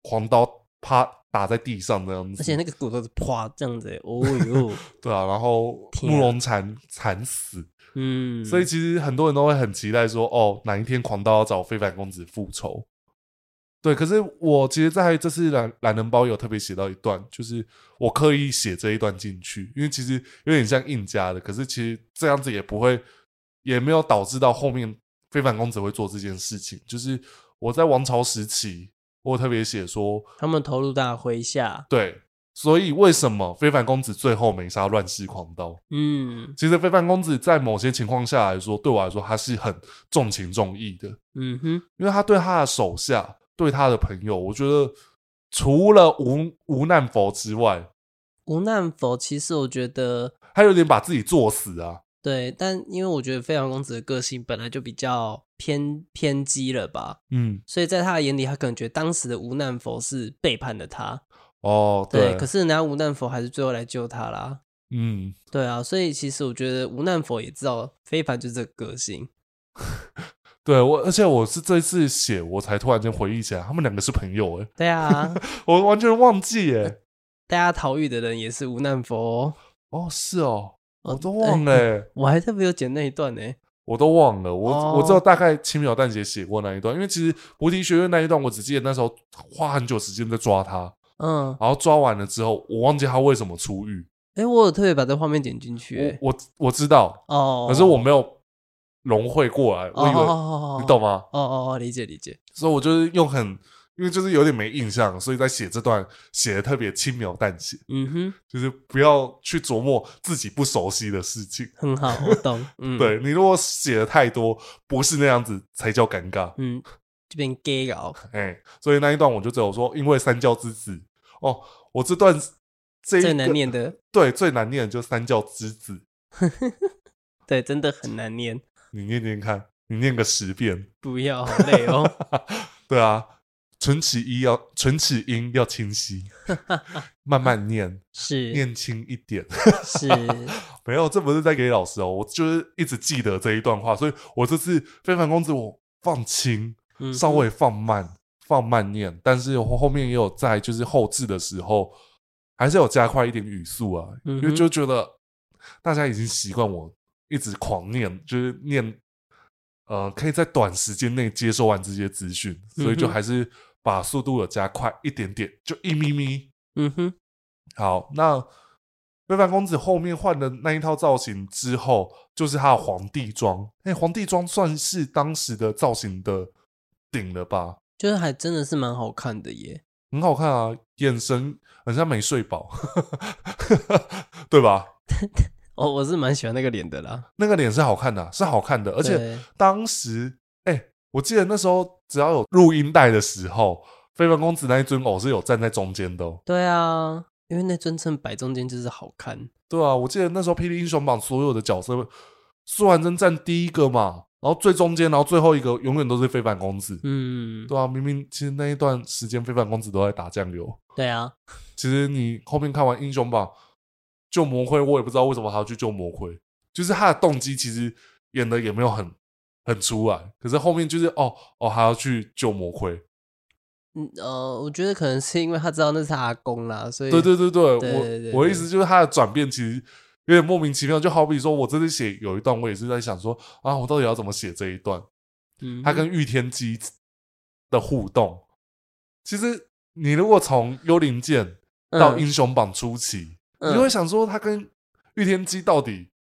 S1: 狂刀啪打在地上这样子，
S2: 而且那个骨头是啪这样子欸，哦
S1: *laughs*
S2: 哟，
S1: 对啊，然后
S2: 天啊
S1: 慕容惨惨死，
S2: 嗯，
S1: 所以其实很多人都会很期待说，哦，哪一天狂刀要找非凡公子复仇。对，可是我其实在这次懒懒人包有特别写到一段，就是我刻意写这一段进去，因为其实有点像硬加的，可是其实这样子也不会，也没有导致到后面非凡公子会做这件事情。就是我在王朝时期，我有特别写说，
S2: 他们投入大麾下，
S1: 对，所以为什么非凡公子最后没杀乱世狂刀？
S2: 嗯
S1: 其实非凡公子在某些情况下来说，对我来说他是很重情重义的，
S2: 嗯哼，
S1: 因为他对他的手下、对他的朋友，我觉得除了无无难佛之外，
S2: 无难否？其实我觉得
S1: 他有点把自己作死啊。
S2: 对，但因为我觉得飞扬公子的个性本来就比较偏偏激了吧，
S1: 嗯，
S2: 所以在他的眼里，他可能觉得当时的无难佛是背叛了他。
S1: 哦，
S2: 对，可是人家无难佛还是最后来救他啦。
S1: 嗯，
S2: 对啊，所以其实我觉得无难佛也知道非凡就是这个个性。
S1: 对我，而且我是这次写，我才突然间回忆起来，他们两个是朋友、欸，*laughs*
S2: 对啊，
S1: 我完全忘记、欸，
S2: 呃
S1: 哎，
S2: 大家逃狱的人也是无难佛哦、
S1: 哦，是哦，
S2: 哦
S1: 我都忘了、欸。
S2: 我还特别有剪那一段呢、
S1: 我都忘了，我、
S2: 哦
S1: 我只有大概轻描淡写写过那一段，因为其实菩提学院那一段，我只记得那时候花很久时间在抓他，
S2: 嗯，
S1: 然后抓完了之后，我忘记他为什么出狱，
S2: 哎、我有特别把这画面点进去、欸，
S1: 我我我知道，
S2: 哦，
S1: 可是我没有融会过来，
S2: 哦，
S1: 我以为
S2: 为
S1: 你懂？吗？
S2: 哦哦哦，理解理解，
S1: 所以我就是用很，因为就是有点没印象，所以在写这段写的特别轻描淡写，
S2: 嗯哼，
S1: 就是不要去琢磨自己不熟悉的事情。
S2: 很好，我懂，嗯，，
S1: *laughs* 对你如果写的太多，不是那样子才叫尴尬。
S2: 嗯，这边 gay 哦佬，
S1: 哎、所以那一段我就只有说，因为三教之子哦，我这段这一
S2: 最
S1: 个
S2: 难念的，
S1: 对最难念的就是三教之子，
S2: 对，真的很难念，
S1: 你念念看，你念个十遍。
S2: 不要，好累哦，
S1: 对啊，唇齿音要唇齿音要清
S2: *laughs*
S1: 晰，慢慢念，
S2: *laughs* 是 *laughs*
S1: 念轻一点。 *laughs*
S2: 是，
S1: 没有，这不是在给老师哦，我就是一直记得这一段话，所以我这次非凡公子我放轻，
S2: 嗯
S1: 稍微放慢，放慢念，但是我后面也有在就是后置的时候，还是有加快一点语速啊，
S2: 嗯哼
S1: 因为就觉得大家已经习惯我一直狂念，就是念，呃，可以在短时间内接收完这些资讯，所以就
S2: 嗯哼
S1: 还是把速度有加快一点点，就一咪咪。
S2: 嗯哼，
S1: 好，那非凡公子后面换的那一套造型之后，就是他的皇帝装。哎、皇帝装算是当时的造型的顶了吧？
S2: 就是还真的是蛮好看的耶，
S1: 很好看啊，眼神很像没睡饱， *laughs* 对吧？
S2: 哦，我是蛮喜欢那个脸的啦，
S1: 那个脸是好看的啊、是好看的。而且
S2: 对
S1: 当时，哎、我记得那时候只要有录音带的时候，非凡公子那一尊偶是有站在中间的、哦。
S2: 对啊，因为那尊称摆中间就是好看，
S1: 对啊，我记得那时候《霹雳英雄榜》所有的角色，苏完真占第一个嘛，然后最中间，然后最后一个永远都是非凡公子。
S2: 嗯，
S1: 对啊，明明其实那一段时间，非凡公子都在打酱油。
S2: 对啊，
S1: 其实你后面看完《英雄榜》救魔盔，我也不知道为什么他要去救魔盔，就是他的动机其实演的也没有很很出来，可是后面就是哦哦，还要去救魔盔。
S2: 嗯呃，我觉得可能是因为他知道那是他阿公啦，所以
S1: 对对对对，
S2: 对对对
S1: 我我的意
S2: 对
S1: 思就是他的转变其实有点莫名其妙，就好比说我这次写有一段，我也是在想说啊，我到底要怎么写这一段？
S2: 嗯哼，
S1: 他跟御天机的互动，其实你如果从幽灵剑到
S2: 嗯
S1: 英雄榜初期，
S2: 嗯
S1: 你会想说他跟御天机到底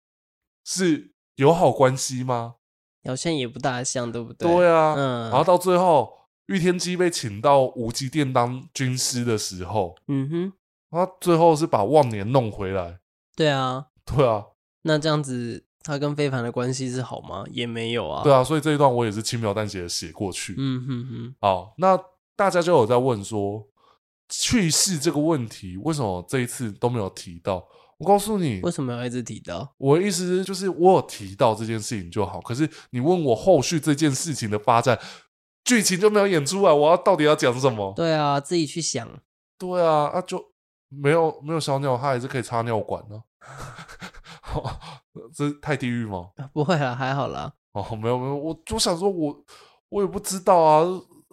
S1: 是友好关系吗？
S2: 表现也不大像，对不对？
S1: 对啊，
S2: 嗯，
S1: 然后到最后。御天机被请到无极殿当军师的时候，
S2: 嗯哼，
S1: 他最后是把忘年弄回来。
S2: 对啊，
S1: 对啊，
S2: 那这样子他跟非凡的关系是好吗？也没有啊。
S1: 对
S2: 啊，
S1: 啊，所以这一段我也是轻描淡写的写过去。
S2: 嗯哼哼，
S1: 好，那大家就有在问说去世这个问题，为什么这一次都没有提到？我告诉你
S2: 为，什么要一直提到？
S1: 我的意思是就是我有提到这件事情就好。可是你问我后续这件事情的发展，剧情就没有演出来，我要到底要讲什么？
S2: 对啊，自己去想。
S1: 对啊，啊就没有没有小鸟，它还是可以插尿管呢、 *laughs* 这太地狱吗？
S2: 啊不会啦，还好啦。
S1: 哦，没有没有，我就想说我，我也不知道啊，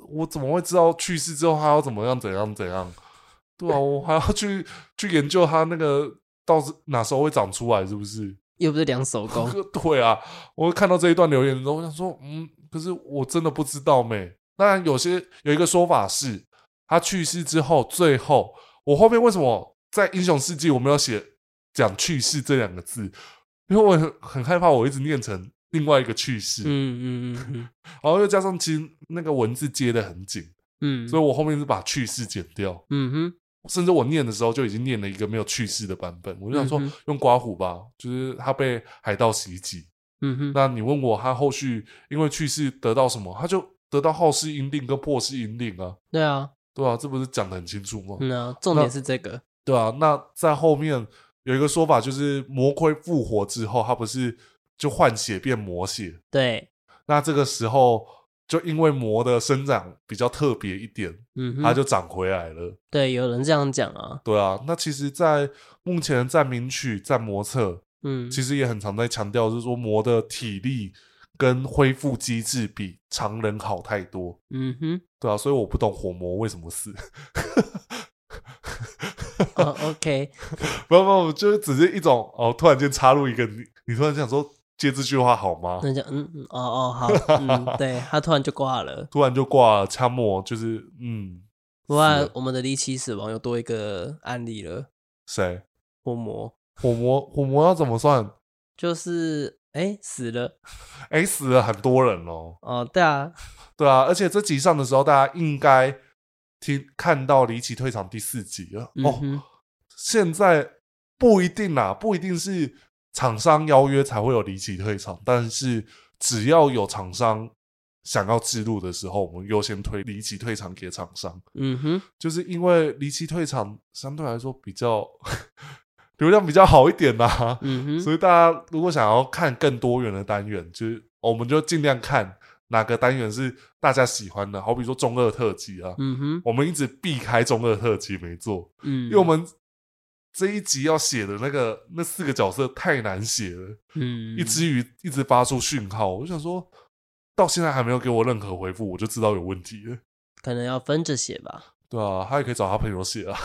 S1: 我怎么会知道去世之后他要怎么样怎样怎样？对啊，我还要去去研究他那个到时哪时候会长出来，是不是？。
S2: 又不是两手工
S1: *laughs* 对啊，我看到这一段留言之后，我想说，嗯，可是我真的不知道没。当然，有些有一个说法是，他去世之后，最后我后面为什么在英雄事迹我没有写讲去世这两个字？因为我很很害怕，我一直念成另外一个去世。
S2: 嗯嗯嗯嗯
S1: 然后又加上其实那个文字接的很紧，
S2: 嗯，
S1: 所以我后面是把去世剪掉，
S2: 嗯哼，
S1: 甚至我念的时候就已经念了一个没有去世的版本。我就想说
S2: 嗯哼
S1: 用刮胡吧，就是他被海盗袭击。
S2: 嗯哼，
S1: 那你问我他后续因为去世得到什么，他就得到好事引领跟破事引领啊，
S2: 对啊，
S1: 对啊，这不是讲的很清楚吗？
S2: 嗯啊，重点是这个。
S1: 对啊，那在后面有一个说法就是魔盔复活之后，他不是就换血变魔血，
S2: 对，
S1: 那这个时候就因为魔的生长比较特别一点，
S2: 嗯哼，
S1: 它就长回来了。
S2: 对，有人这样讲啊。
S1: 对啊，那其实，在目前的战名曲、战魔册，
S2: 嗯，
S1: 其实也很常在强调，就是说魔的体力跟恢复机制比常人好太多。
S2: 嗯哼，
S1: 对啊，所以我不懂火魔为什么死。 *laughs*
S2: 哦，OK，
S1: *laughs* 不不，我就是只是一种哦，突然间插入一个你，你突然想说接这句话好吗？
S2: 那就嗯嗯，哦哦好，嗯，对他突然就挂了。
S1: 突然就挂了掐末，就是嗯，
S2: 不过
S1: 是的
S2: 我们的离奇死亡又多一个案例了，
S1: 谁？
S2: 火魔
S1: 火魔火魔要怎么算？
S2: 就是哎死了
S1: 哎、死了很多人哦。
S2: 哦，对啊，
S1: 对啊，而且这集上的时候，大家应该听看到离奇退场第四集了、
S2: 嗯
S1: 哦。
S2: 哼，
S1: 现在不一定啦，不一定是厂商邀约才会有离奇退场，但是只要有厂商想要记录的时候，我们优先推离奇退场给厂商，
S2: 嗯哼，
S1: 就是因为离奇退场相对来说比较 *laughs* 流量比较好一点啦、
S2: 嗯
S1: 所
S2: 哼，
S1: 以大家如果想要看更多元的单元，就是我们就尽量看哪个单元是大家喜欢的，好比说中二特辑啊，
S2: 嗯哼，
S1: 我们一直避开中二特辑没做，
S2: 嗯，
S1: 因为我们这一集要写的那个那四个角色太难写了，
S2: 嗯
S1: 以至于一直发出讯号，我就想说到现在还没有给我任何回复，我就知道有问题了。
S2: 可能要分着写吧，
S1: 对啊，他也可以找他朋友写啊，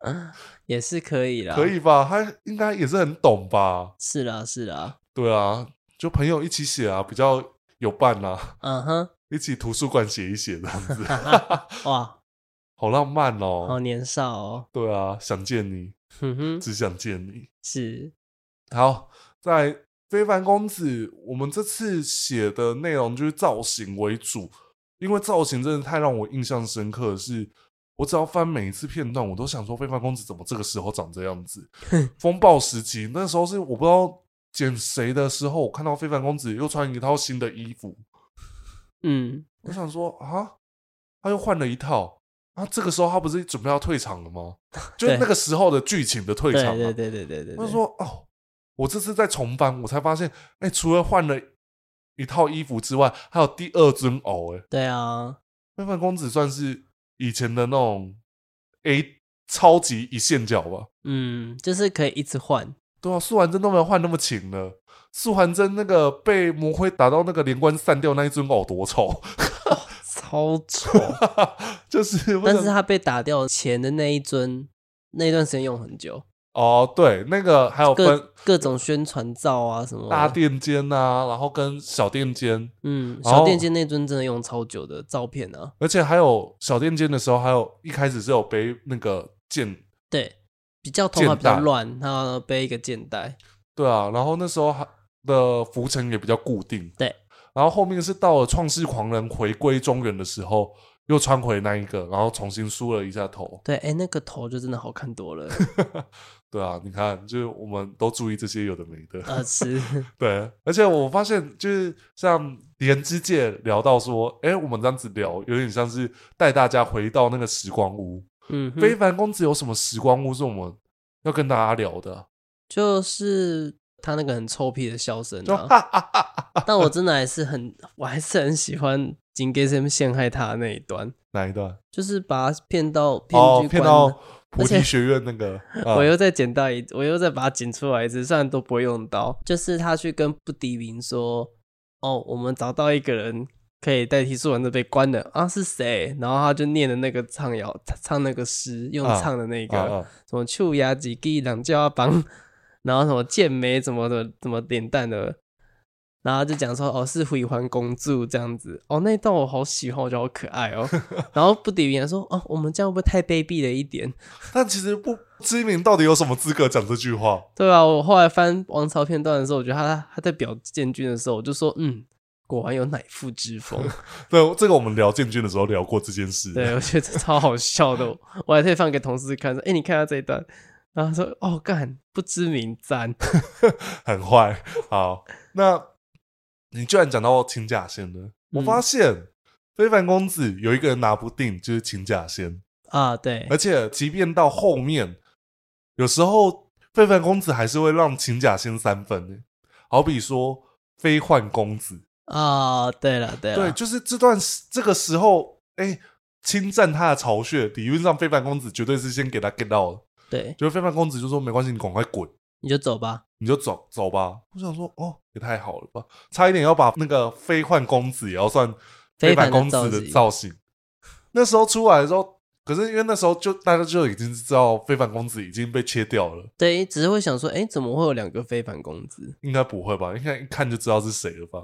S2: 啊，也是可以啦，
S1: 可以吧？他应该也是很懂吧？
S2: 是啦是啦，
S1: 对啊，就朋友一起写啊，比较有伴啦、
S2: 嗯哼，
S1: 一起图书馆写一写这样
S2: *laughs*
S1: 子， *laughs*
S2: 哇，
S1: 好浪漫
S2: 好
S1: 哦。
S2: 年少哦，
S1: 对啊，想见你，
S2: 哼哼，
S1: 只想见你。
S2: 是，
S1: 好，在非凡公子，我们这次写的内容就是造型为主，因为造型真的太让我印象深刻的是。我只要翻每一次片段，我都想说非凡公子怎么这个时候长这样
S2: *laughs*
S1: 子？风暴时期那时候是我不知道剪谁的时候，我看到非凡公子又穿一套新的衣服，
S2: 嗯
S1: 我想说啊，他又换了一套啊，这个时候他不是准备要退场了吗？就是
S2: 对
S1: 那个时候的剧情的退
S2: 对
S1: 场、啊。
S2: 对对对对对
S1: 我
S2: 对，
S1: 就说哦，我这次在重翻，我才发现，哎、除了换了一套衣服之外，还有第二尊偶、哎，
S2: 对啊，
S1: 非凡公子算是以前的那种 A 超级一线脚吧？
S2: 嗯，就是可以一直换，
S1: 对啊，素还真都没有换那么勤了。素还真那个被魔灰打到那个连冠散掉那一尊偶多丑， *laughs*
S2: 超丑，
S1: 就是我
S2: *laughs* 但
S1: 想
S2: 是他被打掉前的那一尊，那一段时间用很久，
S1: 哦，对，那个还有哦分
S2: 各各种宣传照啊什么的，
S1: 大垫肩呐、然后跟小垫肩，
S2: 嗯，
S1: 然后
S2: 小电竞那尊真的用超久的照片啊，
S1: 而且还有小垫肩的时候，还有一开始是有背那个剑，
S2: 对，比较头发比较
S1: 肩带
S2: 乱，他背一个肩带，
S1: 对啊，然后那时候还的浮沉也比较固定，
S2: 对，
S1: 然后后面是到了创世狂人回归中原的时候，又穿回那一个，然后重新梳了一下头，
S2: 对，哎、那个头就真的好看多了， *laughs*
S1: 对啊，你看，就是我们都注意这些有的没的，
S2: 呃，是，
S1: 对，而且我发现就是像连之界聊到说，哎、我们这样子聊，有点像是带大家回到那个时光屋。
S2: 嗯哼，
S1: 非凡公子有什么时光屋是我们要跟大家聊的？
S2: 就是他那个很臭屁的笑声
S1: 就 *laughs*
S2: 啊，但我真的还是很，我还是很喜欢金给森陷害他的那一段，
S1: 哪一段？
S2: 就是把他骗到骗
S1: 哦
S2: 局，
S1: 骗
S2: 关、
S1: 到菩
S2: 而
S1: 提
S2: 且
S1: 学院那个，啊
S2: *laughs* 我又再剪到一，我又再把它剪出来一次，虽然都不会用到，就是他去跟不敌明说，哦，我们找到一个人可以代替素文的被关的啊，是谁？然后他就念的那个唱谣，唱那个诗，用
S1: 啊
S2: 唱的那个、
S1: 啊啊
S2: 什么秋牙几地两叫帮， *laughs* 然后什么剑眉怎么的怎么脸蛋的，然后就讲说哦是回环公主这样子，哦那一段我好喜欢，我觉得好可爱哦。然后不敌明还说哦我们这样会不会太卑鄙了一点？
S1: 但其实不知名到底有什么资格讲这句话？
S2: 对啊，我后来翻王朝片段的时候，我觉得他他在表建军的时候，我就说，嗯，果然有乃父之风。
S1: 对，这个我们聊建军的时候聊过这件事。
S2: 对，我觉得超好笑的，我还特意放给同事看，说，哎、你看他这一段，然后他说，哦，干，不知名赞，
S1: *laughs* 很坏。好，那你居然讲到请假仙了，
S2: 嗯
S1: 我发现、非凡公子有一个人拿不定，就是请假仙，
S2: 啊，对
S1: 而，且即便到后面，有时候非凡公子还是会让请假仙三分呢。好比说非幻公子，
S2: 啊，对了，对
S1: 对，
S2: 了，
S1: 就是这段时这个时候，哎、侵占他的巢穴，理论上非凡公子绝对是先给他 get 到的，
S2: 对，
S1: 就是非凡公子就说没关系，你赶快滚，
S2: 你就走吧，
S1: 你就走走吧。我想说，哦，也太好了吧，差一点要把那个非幻公子也要算非凡公子的
S2: 非凡的
S1: 造型。那时候出来的时候，可是因为那时候就大家就已经知道非凡公子已经被切掉了，
S2: 对，只是会想说，哎、怎么会有两个非凡公子？
S1: 应该不会吧？应该一看就知道是谁了吧？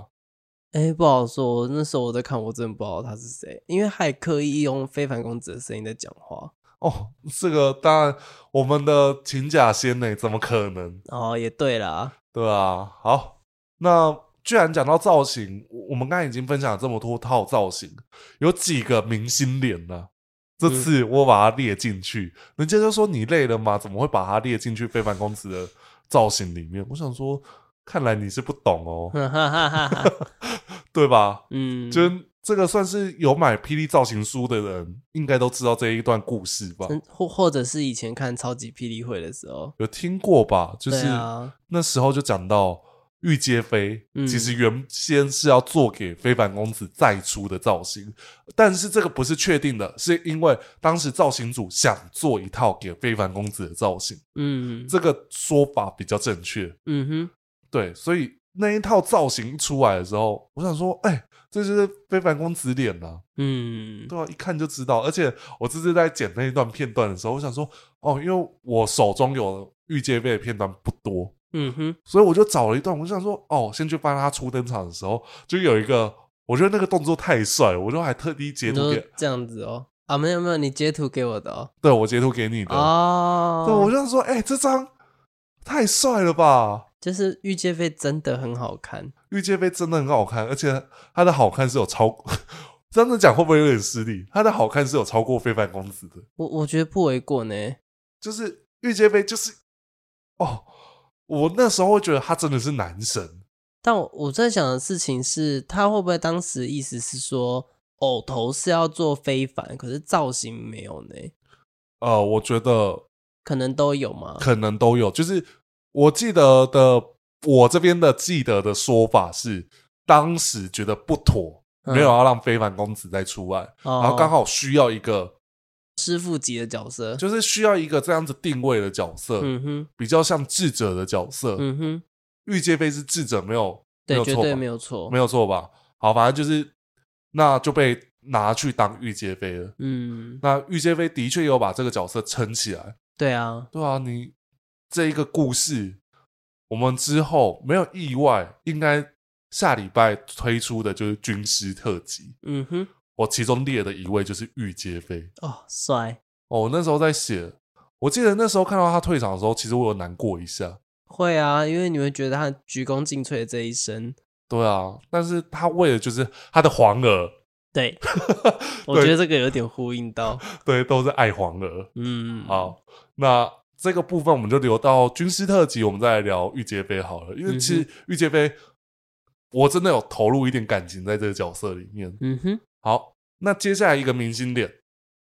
S2: 哎、不好说，那时候我在看，我真的不知道他是谁，因为还刻意用非凡公子的声音在讲话，
S1: 哦，这个当然我们的秦假仙呢，怎么可能？
S2: 哦，也对啦，
S1: 对啊，好，那既然讲到造型，我我们刚才已经分享了这么多套造型，有几个明星脸呢、这
S2: 嗯
S1: 次我把它列进去，人家就说你累了吗？怎么会把它列进去非凡公子的造型里面？我想说，看来你是不懂哦， *laughs*
S2: 哈哈哈哈哈，
S1: 对吧？
S2: 嗯，
S1: 就这个算是有买霹雳造型书的人，应该都知道这一段故事吧？
S2: 嗯或或者是以前看超级霹雳会的时候，
S1: 有听过吧？就是
S2: 对啊，
S1: 那时候就讲到玉阶飞，
S2: 嗯
S1: 其实原先是要做给非凡公子再出的造型，但是这个不是确定的，是因为当时造型组想做一套给非凡公子的造型，
S2: 嗯
S1: 这个说法比较正确。
S2: 嗯哼，
S1: 对，所以那一套造型一出来的时候，我想说，哎、这就是非凡公子脸呐、
S2: 嗯，
S1: 对啊，一看就知道。而且我这次在剪那一段片段的时候，我想说，哦，因为我手中有玉阶飞的片段不多，
S2: 嗯哼，
S1: 所以我就找了一段，我就想说，哦，先去翻他初登场的时候，就有一个，我觉得那个动作太帅，我就还特地截
S2: 你
S1: 图
S2: 都
S1: 给，
S2: 这样子哦，啊，没有没有，你截图给我的哦，
S1: 对我截图给你的，
S2: 哦，
S1: 对，我就想说，哎、这张太帅了吧！
S2: 就是御界飞真的很好看，
S1: 御界杯真的很好看，而且它的好看是有超，真的讲会不会有点失礼？它的好看是有超过非凡公子的，
S2: 我我觉得不为过呢，
S1: 就是御界杯，就是哦，我那时候会觉得他真的是男神，
S2: 但我我在想的事情是，他会不会当时意思是说，偶头是要做非凡，可是造型没有呢？
S1: 呃，我觉得
S2: 可能都有嘛。
S1: 可能都有。就是我记得的，我这边的记得的说法是，当时觉得不妥，
S2: 嗯
S1: 没有要让非凡公子再出来，
S2: 哦、
S1: 然后刚好需要一个，
S2: 师傅级的角色，
S1: 就是需要一个这样子定位的角色，
S2: 嗯哼，
S1: 比较像智者的角色。
S2: 嗯哼，
S1: 玉界飞是智者，没有没
S2: 对，
S1: 有
S2: 绝
S1: 错吧
S2: 对？没有错，
S1: 没有错吧？好，反正就是那就被拿去当玉界飞了。
S2: 嗯，
S1: 那玉界飞的确有把这个角色撑起来，
S2: 对啊，
S1: 对啊，你这一个故事，我们之后没有意外，应该下礼拜推出的就是军师特辑。
S2: 嗯哼，
S1: 我其中列的一位就是玉阶飞。
S2: 哦，帅，
S1: 哦，我那时候在写，我记得那时候看到他退场的时候，其实我有难过一下。
S2: 会啊，因为你会觉得他鞠躬尽瘁的这一生，
S1: 对啊，但是他为了就是他的皇儿， *laughs*
S2: 对，我觉得这个有点呼应到，
S1: 对，都是爱皇儿。
S2: 嗯，，
S1: 好，那这个部分我们就留到军师特辑，我们再来聊玉洁飞好了。
S2: 嗯
S1: 因为其实玉洁飞，我真的有投入一点感情在这个角色里面。
S2: 嗯哼，
S1: 好，那接下来一个明星脸，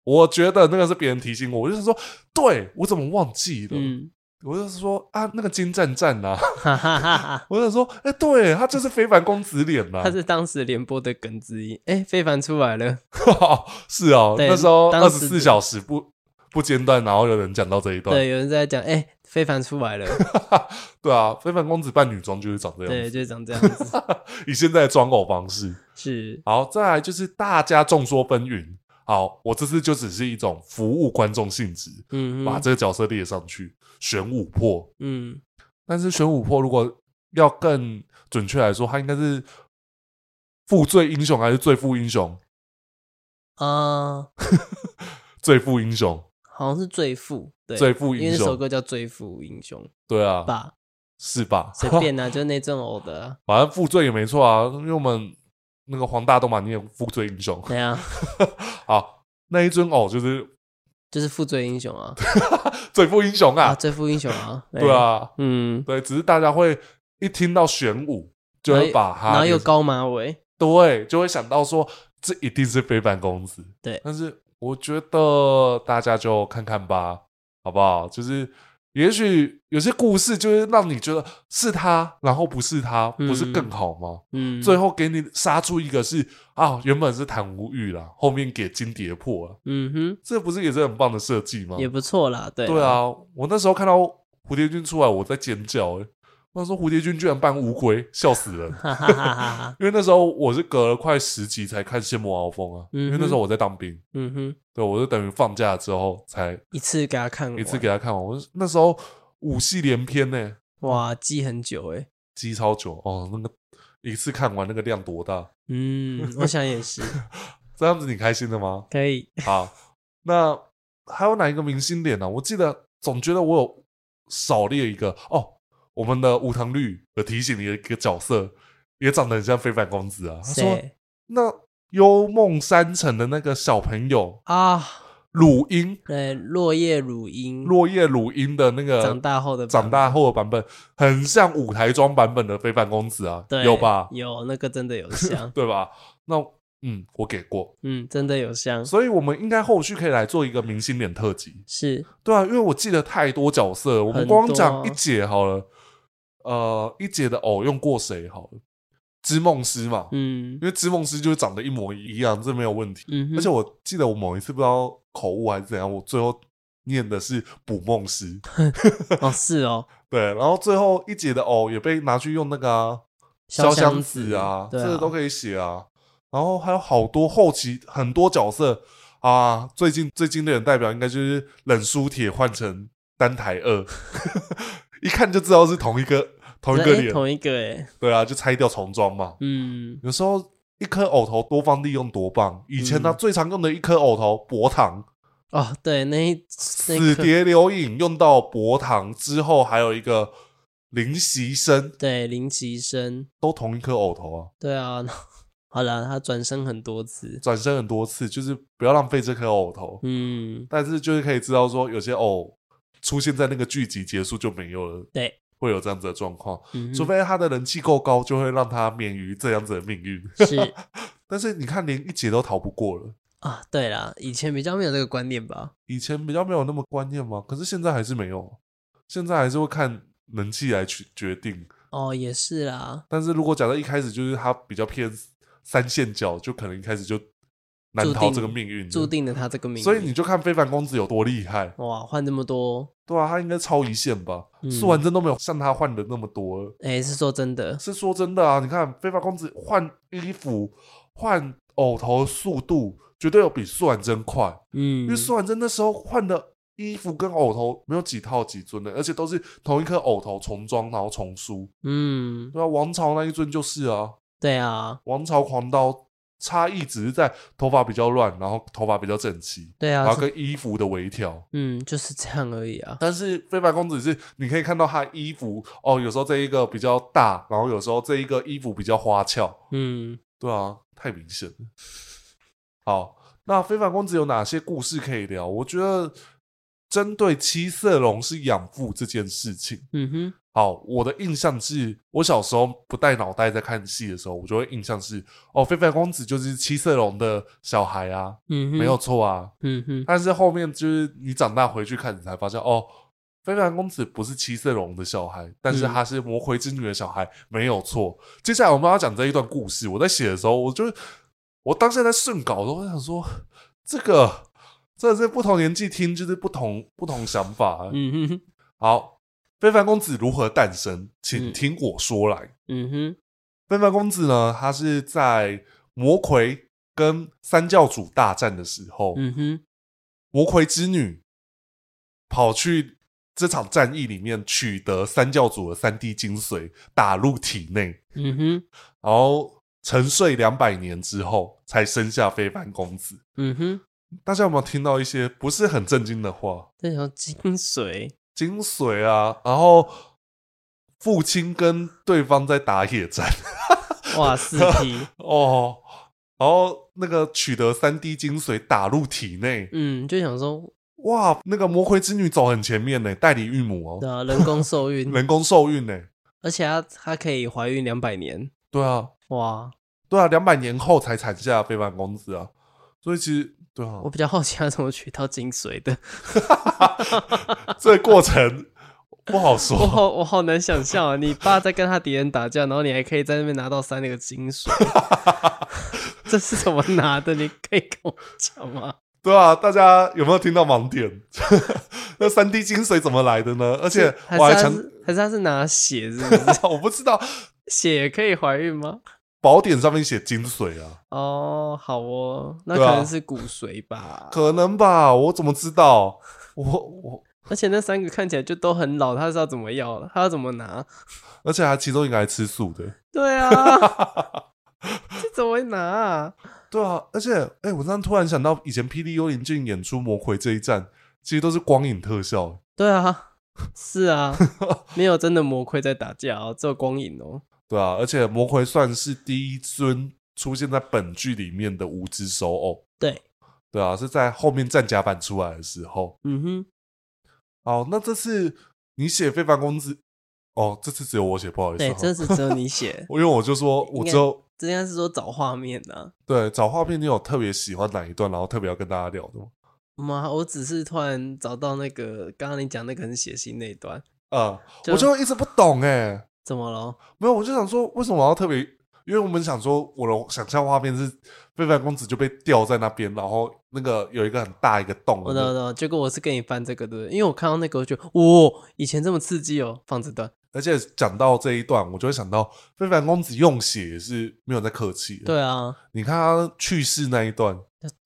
S1: 我觉得那个是别人提醒我，我就是说，对我怎么忘记了？
S2: 嗯，
S1: 我就是说啊，那个金战战啊， *laughs*
S2: 哈哈哈哈。
S1: 我想说，哎、对他就是非凡公子脸啊呐、*laughs*
S2: 他是当时联播的梗之一，哎、非凡出来了，
S1: 是哦，
S2: 对
S1: 那时候
S2: 当
S1: 二十
S2: 时
S1: 四小时不不间断，然后有人讲到这一段，
S2: 对，有人在讲，哎、非凡出
S1: *laughs*
S2: 来了，
S1: 对啊，非凡公子扮女装就是长这样
S2: 对，
S1: 子，
S2: 就长这样
S1: *laughs*
S2: 子，
S1: 以现在的装偶方式。
S2: 是，
S1: 好，再来就是大家众说纷纭。好，我这次就只是一种服务观众性质，
S2: 嗯
S1: 把
S2: 哼，
S1: 这个角色列上去，玄武破。
S2: 嗯，
S1: 但是玄武破如果要更准确来说，他应该是负罪英雄还是罪负英雄？
S2: 啊、
S1: 罪负英雄，
S2: 好像是最富，对，
S1: 罪负
S2: 因
S1: 英
S2: 为那首
S1: 雄，
S2: 歌叫《最富英雄
S1: 对啊》，
S2: 吧，
S1: 是吧？
S2: 随便啦、就是那阵偶的啊、
S1: *laughs* 反正负罪也没错啊，因为我们那个黄大东嘛，你也负罪英雄。
S2: 对啊，
S1: 好，那一尊偶就是
S2: 就是负罪英雄啊，
S1: 罪负英雄
S2: 啊，
S1: 啊，
S2: 最富英
S1: *laughs*
S2: 雄啊，
S1: 对，啊，
S2: 嗯，
S1: 对，只是大家会一听到玄武，就会把他
S2: 然后又
S1: 联
S2: 高马尾，
S1: 对，就会想到说这一定是非凡公子。
S2: 对
S1: 但是我觉得大家就看看吧，好不好？就是也许有些故事就是让你觉得是他，然后不是他，不是更好吗？
S2: 嗯，
S1: 最后给你杀出一个是啊，原本是谭无欲啦，后面给金蝶破了，
S2: 嗯
S1: 这不是也是很棒的设计吗
S2: 哼，？也不错啦，对，
S1: 嗯对，啊，我那时候看到蝴蝶君出来，我在尖叫、欸，我想说蝴蝶君居然扮乌龟，笑死人。 *laughs*
S2: 哈哈哈哈哈，
S1: 因为那时候我是隔了快十集才看《仙魔鏖锋》啊，
S2: 嗯
S1: 因
S2: 哼
S1: 为那时候我在当兵，
S2: 嗯哼，
S1: 对我就等于放假之后才
S2: 一次给他看完，
S1: 一次给他看完。我是那时候五系连篇呢、
S2: 哇，记很久哎、
S1: 集超久哦，那个一次看完那个量多大？ *laughs*
S2: 嗯，我想也是，
S1: 这样子你开心的吗？
S2: 可以，
S1: 好，那还有哪一个明星脸呢、啊我记得总觉得我有少列一个哦。我们的武藤绿有提醒你的一个角色，也长得很像非凡公子啊。他说
S2: 谁
S1: 那幽梦山城的那个小朋友
S2: 啊？
S1: 鲁音，
S2: 对，落叶乳音，
S1: 落叶鲁音的那个
S2: 长大后的
S1: 长大后的版本，很像舞台装版本的非凡公子啊，
S2: 对
S1: 有吧？
S2: 有那个真
S1: *laughs*
S2: 的有像，
S1: 对吧？那嗯，我给过，
S2: 嗯，真的有像，
S1: 所以我们应该后续可以来做一个明星脸特辑，
S2: 是
S1: 对啊，因为我记得太多角色了，我们
S2: 很多啊
S1: 光讲一姐好了，呃，一姐的偶用过谁好了？织梦师嘛，
S2: 嗯
S1: 因为织梦师就是长得一模一样，这没有问题。
S2: 嗯哼，
S1: 而且我记得我某一次不知道口误还是怎样，我最后念的是捕梦师，
S2: 哦是哦，
S1: 对，然后最后一节的偶也被拿去用那个啊湘
S2: 潇湘
S1: 子
S2: 子
S1: 啊，
S2: 对
S1: 这个
S2: 啊
S1: 都可以写啊。然后还有好多后期很多角色啊，最近最经典的代表应该就是冷书铁换成丹台二， *laughs* 一看就知道是同一个同一
S2: 那
S1: 个
S2: 诶
S1: 脸，
S2: 同一个哎，
S1: 对啊，就拆掉重装嘛。
S2: 嗯，
S1: 有时候一颗藕头多方利用多棒，以前他
S2: 嗯
S1: 最常用的一颗藕头薄糖，
S2: 哦对，那一那
S1: 死
S2: 个
S1: 蝶留影用到薄糖之后，还有一个林习生，
S2: 对林奇生，
S1: 都同一颗藕头啊，
S2: 对啊，好了，他转身很多次，
S1: 转身很多次，就是不要浪费这颗藕头。
S2: 嗯，
S1: 但是就是可以知道说，有些藕出现在那个剧集结束就没有了，
S2: 对，
S1: 会有这样子的状况。
S2: 嗯哼
S1: 除非他的人气够高，就会让他免于这样子的命运。
S2: 是
S1: 但是你看，连一节都逃不过了。
S2: 啊，对啦，以前比较没有这个观念吧，
S1: 以前比较没有那么观念嘛，可是现在还是没有，现在还是会看人气来去决定。
S2: 哦也是啦，
S1: 但是如果假设一开始就是他比较偏三线角，就可能一开始就难
S2: 注
S1: 逃
S2: 定
S1: 这个命运了，
S2: 注定了他这个命运，
S1: 所以你就看非凡公子有多厉害，
S2: 哇换这么多，
S1: 对啊，他应该超一线吧？
S2: 嗯
S1: 素还真都没有像他换的那么多了。
S2: 哎是说真的，
S1: 是说真的啊，你看非凡公子换衣服、换偶头的速度，绝对有比素还真快。
S2: 嗯
S1: 因为素还真那时候换的衣服跟偶头没有几套几尊的，而且都是同一颗偶头重装然后重梳。
S2: 嗯
S1: 对啊，王朝那一尊就是啊，
S2: 对啊
S1: 王朝狂刀差异只是在头发比较乱，然后头发比较整齐，
S2: 对
S1: 然
S2: 啊
S1: 后跟衣服的微调。
S2: 嗯就是这样而已啊，
S1: 但是非凡公子是，你可以看到他衣服哦，有时候这一个比较大，然后有时候这一个衣服比较花俏，
S2: 嗯
S1: 对啊，太明显了。好，那非凡公子有哪些故事可以聊？我觉得针对七色龙是养父这件事情，
S2: 嗯哼
S1: 好，我的印象是我小时候不带脑袋在看戏的时候，我就会印象是哦，非凡公子就是七色龙的小孩啊，
S2: 嗯哼
S1: 没有错啊，
S2: 嗯哼
S1: 但是后面就是你长大回去看，你才发现哦，非凡公子不是七色龙的小孩，但
S2: 嗯
S1: 是他是魔魁之女的小孩，没有错。接下来我们要讲这一段故事，我在写的时候，我就我当下在顺稿的时候，我想说这个真的是不同年纪听就是不同不同想法。啊
S2: 嗯哼
S1: 好，非凡公子如何诞生，请
S2: 嗯
S1: 听我说来。
S2: 嗯哼
S1: 非凡公子呢，他是在魔魁跟三教主大战的时候，
S2: 嗯哼
S1: 魔魁之女跑去这场战役里面取得三教主的三滴精髓，打入体内，
S2: 嗯哼
S1: 然后沉睡两百年之后，才生下非凡公子。
S2: 嗯哼，
S1: 大家有没有听到一些不是很震惊的话？
S2: 这条精髓，
S1: 精髓啊，然后父亲跟对方在打野战 *laughs*
S2: 哇四 P，
S1: 哦，然后那个取得三滴精髓打入体内，
S2: 嗯就想说
S1: 哇，那个魔魁之女走很前面呢，代理孕母
S2: 对
S1: 哦，
S2: 啊人工受孕，
S1: 人工受孕呢。
S2: 而且她她可以怀孕两百年，
S1: 对啊，
S2: 哇
S1: 对啊，两百年后才产下非凡公子啊，所以其实对啊
S2: 我，比较好奇她怎么取到精髓的，
S1: 这个过程不好
S2: 我
S1: 说，
S2: 好我好难想象啊！你爸在跟他敌人打架，然后你还可以在那边拿到三那个
S1: *laughs*
S2: 金水，这是怎么拿的？你可以跟我讲吗？
S1: 对啊，大家有没有听到盲点？ *laughs* 那三滴精髓怎么来的呢？而且
S2: 还
S1: 我还
S2: 是他
S1: 强，
S2: 是还是他是拿血是
S1: *laughs*
S2: 不是？
S1: 我不知道
S2: 血也可以怀孕吗？
S1: 宝典上面写精髓啊，
S2: 哦，好哦，那
S1: 对
S2: 可
S1: 啊
S2: 能是骨髓吧。
S1: 可能吧？我怎么知道？我我，
S2: 而且那三个看起来就都很老，他是要怎么要了？他要怎么拿？
S1: 而 *laughs* 且还其中一个还吃素的，
S2: 对啊，这怎么会拿啊？
S1: 对啊，而且哎、我这样突然想到，以前《霹雳幽灵剑》演出《魔魁》这一战，其实都是光影特效。
S2: 对啊，是
S1: *laughs*
S2: 啊，没有真的魔盔在打架哦，只有光影哦。
S1: 对啊，而且魔魁算是第一尊出现在本剧里面的无知手偶。
S2: 对，
S1: 对啊，是在后面战甲版出来的时候。
S2: 嗯哼，
S1: 哦，那这次你写非凡公子，哦，这次只有我写，不好意思。，
S2: 对，这是只有你写
S1: *laughs* 因为我就说，我之后
S2: 这应该是说找画面啊。
S1: 对找画片，你有特别喜欢哪一段，然后特别要跟大家聊的吗？
S2: 妈，我只是突然找到那个刚刚你讲那个很血腥那一段，
S1: 啊、
S2: 就
S1: 我就一直不懂哎、
S2: 怎么了？
S1: 没有，我就想说，为什么要特别？因为我们想说，我的想象画面是非凡公子就被吊在那边，然后那个有一个很大一个洞，
S2: 我懂我懂，结果我是跟你翻这个对不对？因为我看到那个，我就哇，以前这么刺激哦，放这段。
S1: 而且讲到这一段，我就会想到非凡公子用血也是没有在客气。，
S2: 对啊，
S1: 你看他去世那一段，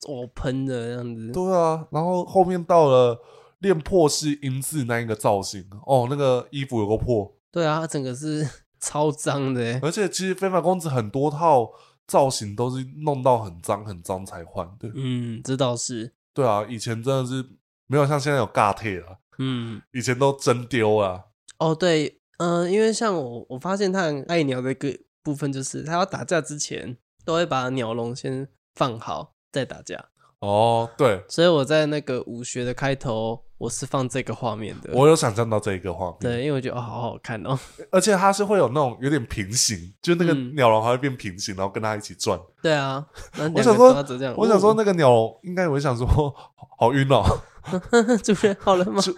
S2: 我喷的这样子。
S1: 对啊，然后后面到了练破式音字那一个造型，哦，那个衣服有个破，
S2: 对啊，它整个是 *laughs* 超脏的欸。
S1: 而且其实非凡公子很多套造型都是弄到很脏很脏才换的。
S2: 嗯，这倒是。
S1: 对啊，以前真的是没有像现在有尬贴了，
S2: 嗯，
S1: 以前都真丢啊。
S2: 哦对，嗯、因为像我，我发现他很爱鸟的一个部分就是，他要打架之前都会把鸟笼先放好再打架。
S1: 哦，对，
S2: 所以我在那个武学的开头，我是放这个画面的。
S1: 我有想象到这一个画面。
S2: 对，因为我觉得哦，好好看哦。 *laughs*
S1: 而且它是会有那种有点平行，就那个
S2: 嗯
S1: 鸟笼还会变平行，然后跟它一起转。
S2: 对啊，那
S1: 我
S2: 两
S1: 想
S2: 个都
S1: 说
S2: 要走这样。，
S1: 我想说
S2: 哦，
S1: 那个鸟笼应该我想说， *laughs* 好好晕哦， *laughs*
S2: *laughs* 主任好了吗？
S1: 主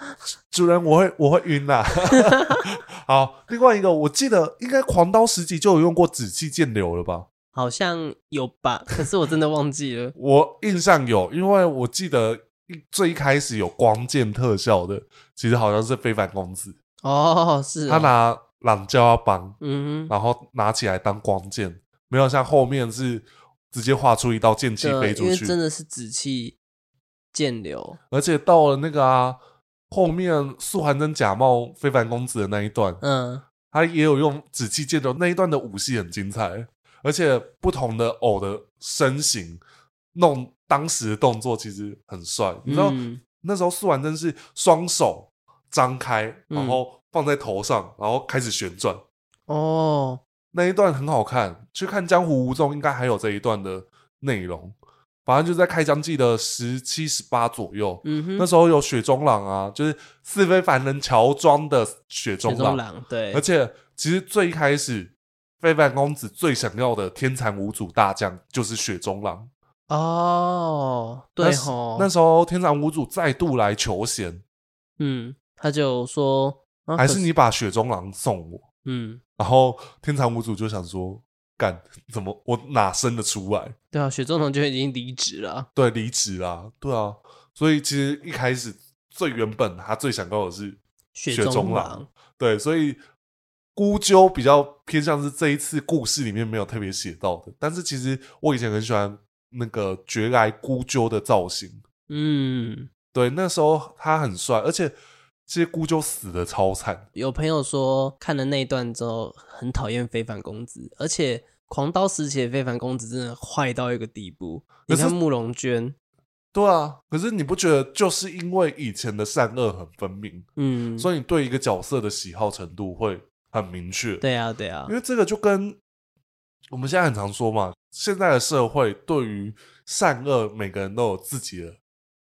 S1: 主人我会我会晕啦、 *laughs* 好，另外一个我记得应该《狂刀十级》就有用过紫气剑流了吧？。
S2: 好像有吧，可是我真的忘记了
S1: 我印象有，因为我记得一最一开始有光剑特效的，其实好像是非凡公子，
S2: 哦， *laughs* 是哦
S1: 他拿懒胶要绑，
S2: 嗯哼，
S1: 然后拿起来当光剑，没有像后面是直接画出一道剑气
S2: 对啊
S1: 飞
S2: 因
S1: 出
S2: 为
S1: 去，
S2: 真的是紫气剑流。
S1: 而且到了那个啊，后面素还真假冒非凡公子的那一段，
S2: 嗯，
S1: 他也有用紫气剑流那一段的武戏很精彩，而且不同的偶的身形弄当时的动作其实很帅。你知道、
S2: 嗯
S1: 那时候素还真是双手张开，
S2: 嗯
S1: 然后放在头上，然后开始旋转。
S2: 哦，
S1: 那一段很好看，去看《江湖无踪》应该还有这一段的内容。反正就在开疆记的十七、十八左右，
S2: 嗯哼，
S1: 那时候有雪中狼啊，就是是非凡人乔装的雪中
S2: 雪中
S1: 狼。
S2: 狼对
S1: 而，且其实最一开始，非凡公子最想要的天蚕五祖大将就是雪中狼。
S2: 哦，对
S1: 那时
S2: 吼，
S1: 那时候天蚕五祖再度来求贤，
S2: 嗯，他就说啊
S1: 还
S2: 可
S1: 是你把雪中狼送我？
S2: 嗯，
S1: 然后天蚕五祖就想说，干怎么我哪生得出来？
S2: 对啊，雪中狼就已经离职了啊，
S1: 对，离职啦，对啊，所以其实一开始最原本他最想要的是，
S2: 雪
S1: 雪中
S2: 狼
S1: 狼，对，所以孤鸠比较偏向是这一次故事里面没有特别写到的，但是其实我以前很喜欢那个绝来孤鸠的造型，
S2: 嗯，
S1: 对，那时候他很帅，而且这些孤鸠死的超惨，
S2: 有朋友说看了那一段之后很讨厌非凡公子，而且。狂刀时期的非凡公子真的坏到一个地步，你
S1: 可是
S2: 看慕容娟，
S1: 对啊，可是你不觉得就是因为以前的善恶很分明，
S2: 嗯，
S1: 所以你对一个角色的喜好程度会很明确，
S2: 对啊，对啊
S1: 因，为这个就跟我们现在很常说嘛，现在的社会对于善恶，每个人都有自己的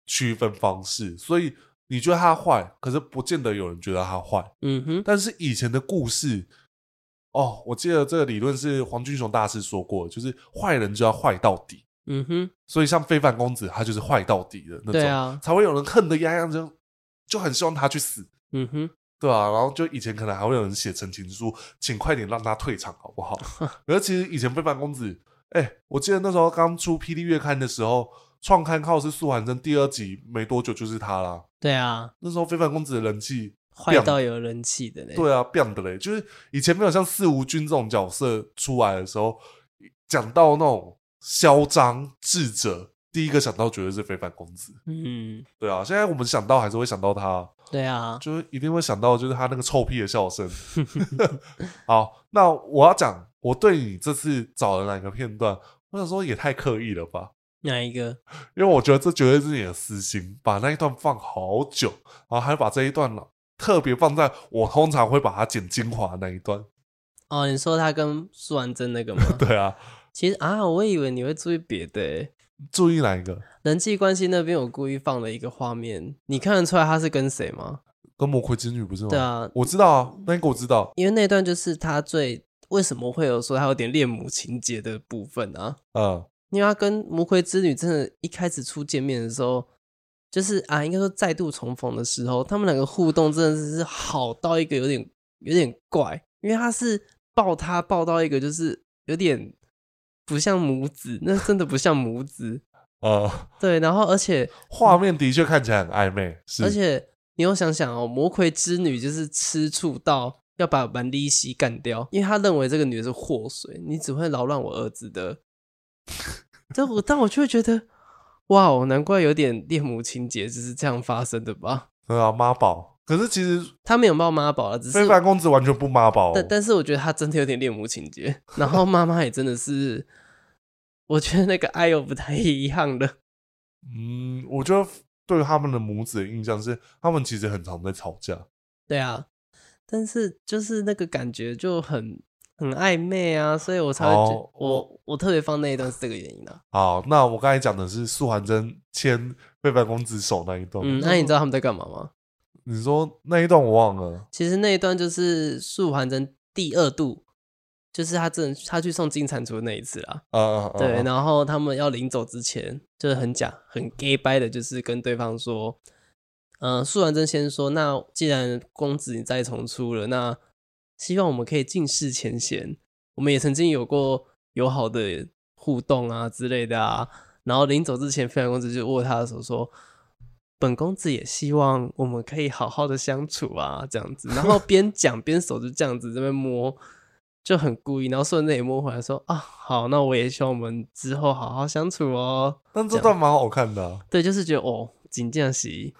S1: 区分方式，所以你觉得他坏，可是不见得有人觉得他坏。
S2: 嗯哼，
S1: 但是以前的故事，哦，我记得这个理论是黄俊雄大师说过，就是坏人就要坏到底。
S2: 嗯哼，
S1: 所以像非凡公子，他就是坏到底的那种，
S2: 对啊
S1: 才会有人恨得牙痒痒，就很希望他去死，
S2: 嗯哼，
S1: 对啊，然后就以前可能还会有人写陈情书，请快点让他退场，好不 *laughs* 好？可是其实以前非凡公子，哎、我记得那时候刚出《霹雳月刊》的时候，创刊号是素还真第二集没多久就是他啦。
S2: 对啊，
S1: 那时候非凡公子的人气，
S2: 坏到有人气的嘞。
S1: 对啊，变的嘞，就是以前没有像四无君这种角色出来的时候，讲到那种嚣张智者，第一个想到绝对是非凡公子。
S2: 嗯，
S1: 对啊，现在我们想到还是会想到他。
S2: 对啊，
S1: 就是一定会想到就是他那个臭屁的笑声。 *laughs* 好，那我要讲我对你这次找的哪个片段，我想说也太刻意了吧，
S2: 哪一个？
S1: 因为我觉得这绝对是你的私心，把那一段放好久，然后还把这一段了特别放在我通常会把它剪精华那一段。 *laughs*
S2: 哦，你说他跟苏完真那个吗？
S1: 对啊，
S2: 其实啊，我以为你会注意别的欸，
S1: 注意哪一个？
S2: 人际关系那边我故意放了一个画面，你看得出来他是跟谁吗？
S1: 跟魔鬼之女不是吗？
S2: 对，啊，
S1: 我知道啊，那个我知道。
S2: 因为那段就是他最为什么会有说他有点恋母情节的部分啊，
S1: 嗯，
S2: 因为他跟魔魁之女真的一开始初见面的时候，就是啊，应该说再度重逢的时候，他们两个互动真的是好到一个有点有点怪，因为他是抱他抱到一个就是有点不像母子，那真的不像母子，
S1: 呃，
S2: 对，然后而且
S1: 画面的确看起来很暧昧，是，
S2: 而且你又想想哦，魔魁之女就是吃醋到要把蛮利西干掉，因为他认为这个女的是祸水，你只会扰乱我儿子的。但我但我就会觉得，哇哦，难怪有点恋母情节就是这样发生的吧？
S1: 对啊，妈宝。可是其实
S2: 他没有抱妈宝了，只是
S1: 非凡公子完全不妈宝、哦，
S2: 但但是我觉得他真的有点恋母情节，然后妈妈也真的是，我觉得那个爱又不太一样了。
S1: 嗯，我觉得对他们的母子的印象是，他们其实很常在吵架。
S2: 对啊，但是就是那个感觉就很很暧昧啊，所以我才会觉
S1: 哦
S2: 我我特别放那一段是这个原因啊。
S1: 好，那我刚才讲的是素还真牵非凡公子手那一段。
S2: 嗯，那你知道他们在干嘛吗？
S1: 你说那一段我忘了，
S2: 其实那一段就是素还真第二度，就是他真的他去送金蟾蜍的那一次啦。
S1: 呃，呃
S2: 对，
S1: 呃
S2: 然后他们要临走之前，就是很假很 gay 掰的，就是跟对方说，呃，素还真先说，那既然公子你再重出了，那希望我们可以尽释前嫌。我们也曾经有过友好的互动啊之类的啊。然后临走之前，飞扬公子就握他的手说：“本公子也希望我们可以好好的相处啊，这样子。”然后边讲边手就这样子这边摸，就很故意。然后顺着也摸回来说：“啊，好，那我也希望我们之后好好相处哦。
S1: 但这段蛮好看的、啊”，
S2: 对，就是觉得哦，锦江喜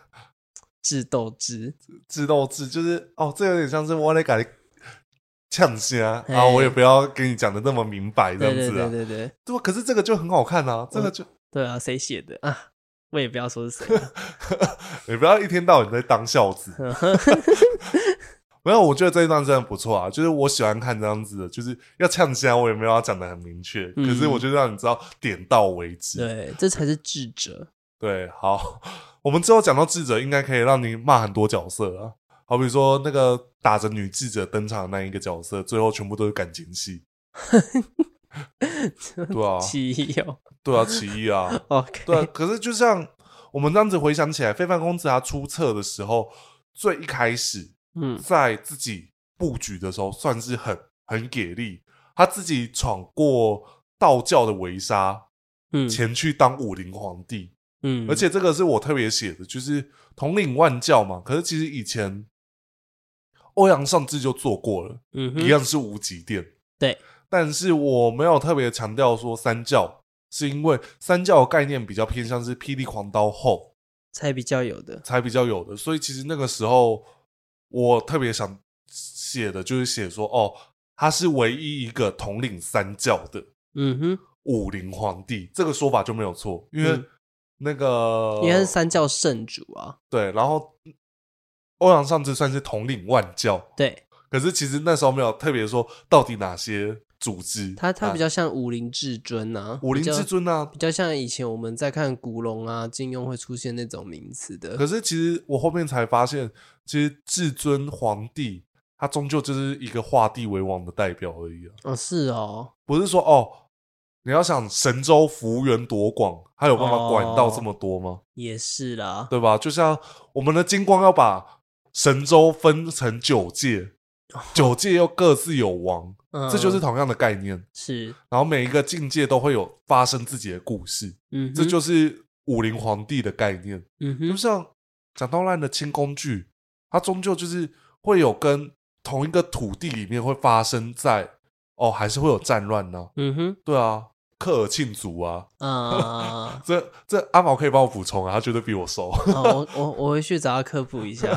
S2: 智斗智，
S1: 智斗智就是哦，这有点像是我得改呛虾
S2: 哎
S1: 啊，我也不要跟你讲的那么明白这
S2: 对
S1: 样
S2: 对
S1: 子
S2: 对
S1: 啊。
S2: 对对
S1: 对，可是这个就很好看啊，这个就、
S2: 对啊，谁写的啊？我也不要说
S1: *laughs*
S2: 是谁啊
S1: 你不要一天到晚在当孝
S2: *laughs*
S1: 子。没有，我觉得这一段真的不错啊，就是我喜欢看这样子的，就是要呛虾，我也没有要讲的很明确，
S2: 嗯
S1: 可是我就让你知道点到为止。
S2: 对，这才是智者。
S1: 对，好， *laughs* 我们之后讲到智者，应该可以让你骂很多角色啊，好比说那个打着女记者登场的那一个角色，最后全部都是感情
S2: *laughs*
S1: 戏，对啊，
S2: 奇友
S1: 对啊，起义啊，
S2: 哦，OK，
S1: 对啊，可是就像我们这样子回想起来，非凡公子他出册的时候，最一开始
S2: 嗯，
S1: 在自己布局的时候，算是很很给力，他自己闯过道教的围杀，
S2: 嗯
S1: 前去当武林皇帝。
S2: 嗯，
S1: 而且这个是我特别写的，就是统领万教嘛。可是其实以前欧阳尚志就做过了，
S2: 嗯
S1: 一
S2: 哼，
S1: 样是无极殿。
S2: 对，
S1: 但是我没有特别强调说三教，是因为三教的概念比较偏向是霹雳狂刀后
S2: 才比较有的，
S1: 才比较有的，所以其实那个时候我特别想写的就是写说，哦，他是唯一一个统领三教的
S2: 嗯哼，
S1: 武林皇帝，这个说法就没有错，因为
S2: 嗯
S1: 那个、
S2: 因为他是三教圣主啊，
S1: 对，然后欧阳尚志算是统领万教，
S2: 对
S1: 可是其实那时候没有特别说到底哪些组织，
S2: 他他比
S1: 啊
S2: 较像武林至尊啊，
S1: 武林
S2: 比较
S1: 至，尊啊
S2: 比。较像以前我们在看古龙啊、金庸会出现那种名词的，
S1: 可是其实我后面才发现，其实至尊皇帝他终究就是一个化地为王的代表而已啊，
S2: 哦是哦，
S1: 不是说哦，你要想神州幅员多广，他有办法管到这么多吗？
S2: 也是啦，
S1: 对吧？就像我们的金光要把神州分成九界，九界又各自有王，
S2: 哦嗯
S1: 这就是同样的概念。
S2: 是，
S1: 然后每一个境界都会有发生自己的故事，
S2: 嗯哼，
S1: 这就是武林皇帝的概念。
S2: 嗯
S1: 就
S2: 哼，
S1: 像讲到烂的清宫剧，它终究就是会有跟同一个土地里面会发生在哦，还是会有战乱呢、*laughs*
S2: 嗯哼，
S1: 对啊，克尔沁族啊，。
S2: 啊
S1: 这这阿毛可以帮我补充啊，他绝对比我熟。
S2: 哦，我我我回去找他科普
S1: *laughs*
S2: 一下。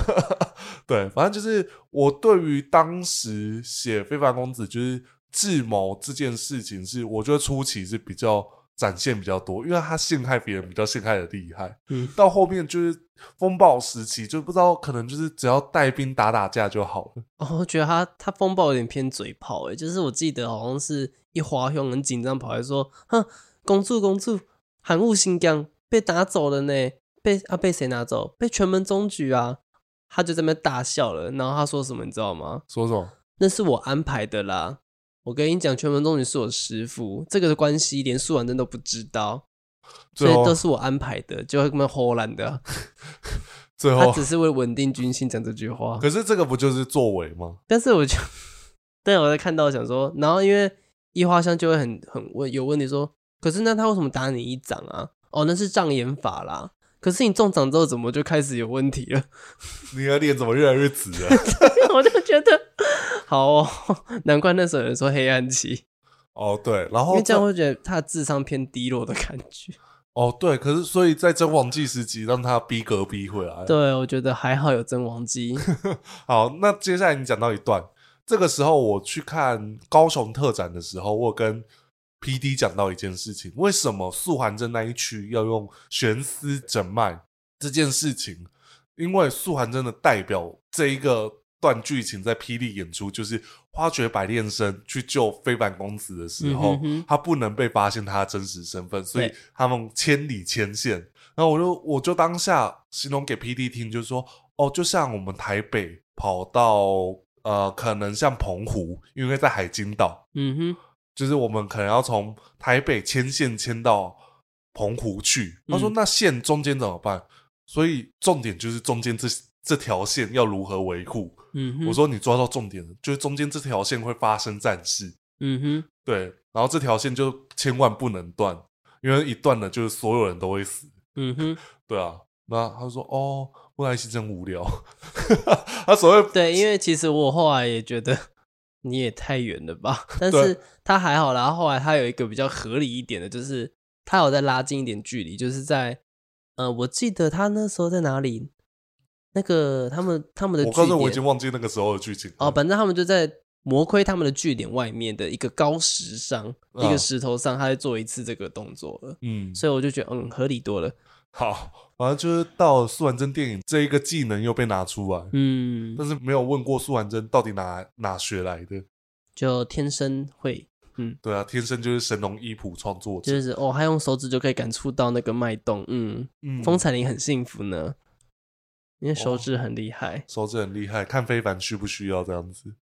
S1: 对，反正就是我对于当时写《非凡公子》就是智谋这件事情是，我觉得初期是比较展现比较多，因为他陷害别人比较陷害的厉害。
S2: 嗯，
S1: 到后面就是风暴时期，就不知道可能就是只要带兵打打架就好了。
S2: 哦，我觉得他他风暴有点偏嘴炮诶、就是我记得好像是一滑胸很紧张跑来说，哼，公主公主，韩物新疆被打走了呢，被啊被谁拿走？被全门中举啊！他就在那边大笑了，然后他说什么你知道吗？
S1: 说什么？
S2: 那是我安排的啦。我跟你讲，全门中举是我师傅，这个的关系连素婉珍都不知道，所
S1: 最
S2: 以
S1: 后
S2: 都是我安排的，就会那么胡乱的。
S1: 最
S2: 他
S1: 后
S2: 只，是为了稳定军心讲这句话。
S1: 哦可是这个不就是作为吗？
S2: 但是我就，但我在看到想说，然后因为一花香就会很很问有问题说，可是那他为什么打你一掌啊？哦，那是障眼法啦。可是你中掌之后怎么就开始有问题了？ *laughs*
S1: 你的脸怎么越来越紫了？ *laughs*
S2: 我就觉得，好哦， *laughs* 难怪那时候有人说黑暗期，
S1: 哦，对，然
S2: 因
S1: 后
S2: 为这样会觉得他的智商偏低落的感觉。
S1: 哦，对，可是所以在真王记时期，让他逼格逼回来。
S2: 对，我觉得还好有真王姬，
S1: 好，那接下来你讲到一段，这个时候我去看高雄特展的时候，我有跟 P D 讲到一件事情，为什么素还真那一区要用悬丝诊脉这件事情？因为素还真的代表这一个段剧情在霹雳演出，就是花绝百炼生去救非凡公子的时候，
S2: 嗯哼哼
S1: 他不能被发现他的真实身份，所以
S2: 对
S1: 他们千里牵线，然后我就我就当下形容给 P D 听，就是说，哦，就像我们台北跑到呃，可能像澎湖，因为在海金岛，
S2: 嗯哼，
S1: 就是我们可能要从台北牵线牵到澎湖去。他说，
S2: 嗯
S1: 那线中间怎么办？所以重点就是中间这这条线要如何维护。
S2: 嗯哼，
S1: 我，说你抓到重点了，就是中间这条线会发生战事，
S2: 嗯哼，
S1: 对，然后这条线就千万不能断，因为一断了就是所有人都会死。
S2: 嗯哼，
S1: 对啊，那他就说哦，木乃馨真无聊。 *laughs* 他所谓
S2: 对，因为其实我后来也觉得你也太远了吧，但
S1: 对
S2: 是他还好啦。后来他有一个比较合理一点的，就是他有再拉近一点距离，就是在呃，我记得他那时候在哪里，那个他们他们的
S1: 我告诉
S2: 据
S1: 你，我已
S2: 点
S1: 经忘记那个时候的剧情了
S2: 哦，反正他们就在魔盔他们的据点外面的一个高石上，一
S1: 啊
S2: 个石头上，他在做一次这个动作了，
S1: 嗯，
S2: 所以我就觉得嗯，合理多了，
S1: 好，反正就是到了素还真电影这一个技能又被拿出来，
S2: 嗯，
S1: 但是没有问过素还真到底哪哪学来的。
S2: 就天生会。
S1: 对啊，天生就是神农医谱创作者。
S2: 就是哦，他用手指就可以感触到那个脉动，嗯，
S1: 嗯，
S2: 风彩玲很幸福呢，因为手指很厉害。
S1: 手指很厉害，看非凡需不需要这样子。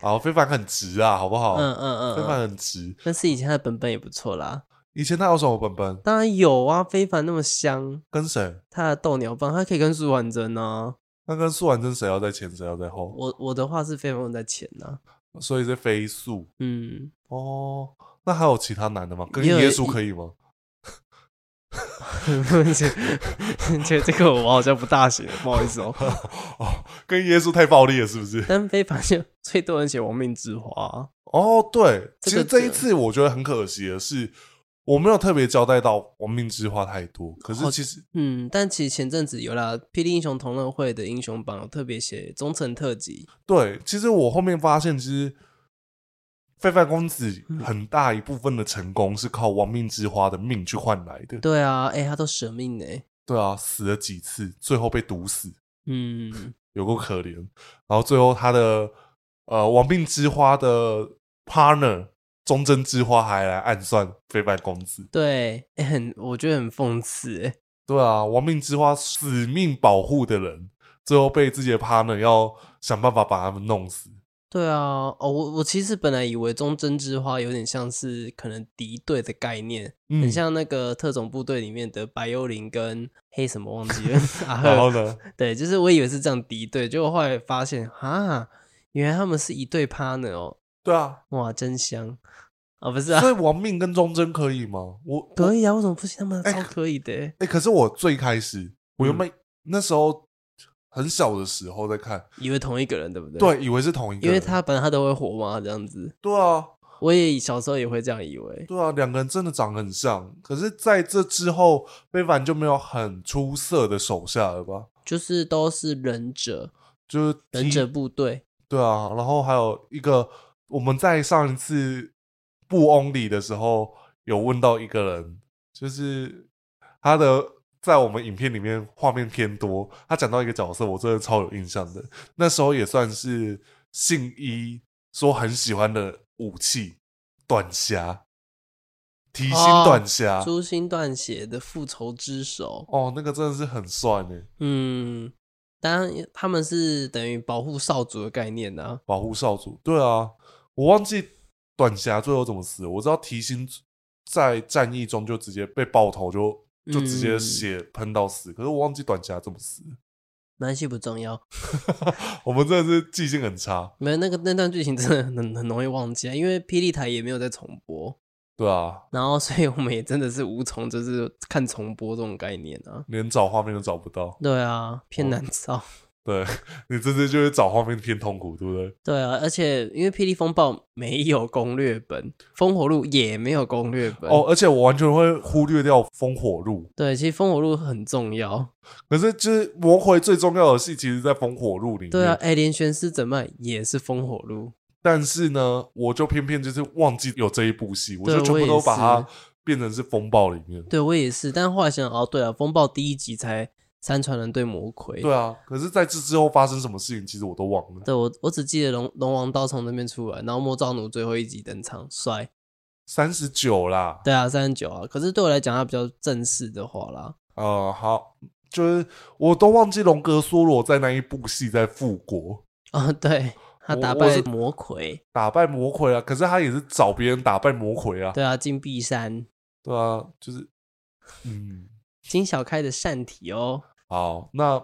S1: 好，非凡很直啊，好不好？
S2: 呃嗯嗯
S1: 非
S2: 嗯
S1: 凡
S2: 嗯，
S1: 很直。
S2: 但是以前他的本本也不错啦。
S1: 以前他有什么本本？
S2: 当然有啊，非凡那么香，
S1: 跟谁？
S2: 他的斗牛棒，他可以跟苏婉珍呢。
S1: 那跟素还真谁要在前，谁要在后？
S2: 啊我我的话是非凡在前呐、
S1: 所以是飞速。
S2: 嗯，
S1: 哦，那还有其他男的吗？跟
S2: 也有
S1: 耶
S2: 一
S1: 稣可以吗？
S2: *laughs* 这这个我好像不大行，不好意思哦。
S1: 哦，跟耶稣太暴力了，是不是？
S2: *laughs* 但非凡就最多人写亡命之花啊、
S1: 哦，对，
S2: 这
S1: 其
S2: 个
S1: 实这
S2: 只
S1: 一次我觉得很可惜的是，我没有特别交代到亡命之花太多，可是
S2: 好
S1: 其实
S2: 嗯，但其实前阵子有啦，《霹雳英雄同乐会》的英雄榜有特别写忠诚特辑，
S1: 对，其实我后面发现，其实非凡公子很大一部分的成功是靠亡命之花的命去换来的。
S2: 对啊，哎、他都舍命呢、
S1: 对啊，死了几次，最后被毒死，
S2: 嗯，
S1: 有够可怜。然后最后他的呃亡命之花的 partner 忠贞之花还来暗算非凡公子。
S2: 对，欸很我觉得很讽刺、欸，
S1: 对啊，亡命之花死命保护的人，最后被自己的 partner 要想办法把他们弄死。
S2: 对啊，哦，我我其实本来以为忠贞之花有点像是可能敌对的概念，
S1: 嗯
S2: 很像那个特种部队里面的白幽灵跟黑什么忘记了，阿
S1: 然后
S2: 赫，
S1: 呢？
S2: 对，就是我以为是这样敌对，结果后来发现哈，原来他们是一对 partner 哦，
S1: 对
S2: *laughs*
S1: 啊，
S2: 哇，真香啊、不是啊
S1: 所，以亡命跟忠贞可以吗？我
S2: 可以啊，为什么不行？他们
S1: 哎
S2: 超可以的欸、
S1: 哎、可是我最开始我原
S2: 嗯
S1: 本、那时候很小的时候在看，
S2: 以为同一个人，对不对？，
S1: 对，以为是同一个
S2: 因
S1: 人，
S2: 为他本来他都会火嘛，这样子。
S1: 对啊，
S2: 我也小时候也会这样以为。
S1: 对啊，两个人真的长得很像，可是在这之后，非凡就没有很出色的手下了吧？
S2: 就是都是忍者，
S1: 就是踢
S2: 忍者部队，
S1: 对啊，然后还有一个我们在上一次布翁里的时候，有问到一个人，就是他的在我们影片里面画面偏多，他讲到一个角色，我真的超有印象的。那时候也算是信一说很喜欢的武器短匣，提心
S2: 哦
S1: 短匣。
S2: 诛心断血的复仇之手，
S1: 哦，那个真的是很帅呢，
S2: 嗯，当然他们是等于保护少主的概念呐、啊。
S1: 保护少主。对啊，我忘记短匣最后怎么死了，我知道提心在战役中就直接被爆头就。就直接
S2: 嗯
S1: 血喷到死，可是我忘记短匣怎么死。
S2: 没关系，不重要。
S1: *laughs* 我们真的是记性很差，
S2: 没有那个那段剧情真的很很容易忘记啊，因为霹雳台也没有在重播，
S1: 对啊，
S2: 然后所以我们也真的是无从就是看重播这种概念啊。
S1: 连找画面都找不到。
S2: 对啊，偏
S1: 哦
S2: 难找。
S1: 对你这次就是找画面偏痛苦，对不对？
S2: 对啊，而且因为霹雳风暴没有攻略本，烽火路也没有攻略本。
S1: 哦，，而且我完全会忽略掉烽火路。
S2: 对，其实烽火路很重要。
S1: 可是就是魔回最重要的戏，其实在烽火路里面。
S2: 对啊，哎、连玄师诊脉也是烽火路。
S1: 但是呢，我就偏偏就是忘记有这一部戏，我
S2: 对
S1: 就全部
S2: 我也
S1: 都
S2: 是
S1: 把它变成是风暴里面。
S2: 对我也是，但后来想哦，对啊，风暴第一集才三传人对魔魁。
S1: 对啊，可是在这之后发生什么事情，其实我都忘了。
S2: 对我我只记得龙龙王刀从那边出来，然后魔爪奴最后一集登场，帅。
S1: 三十九啦，
S2: 对啊，三十九啊。可是对我来讲，它比较正式的话啦，
S1: 呃，好，就是我都忘记龙哥梭罗在那一部戏在复国
S2: 啊、对他打
S1: 我我
S2: 败
S1: 是
S2: 魔魁，
S1: 打败魔魁啊，可是他也是找别人打败魔魁啊，
S2: 对啊，金碧山，
S1: 对啊，就是，嗯，
S2: 金小开的善体哦。
S1: 好，那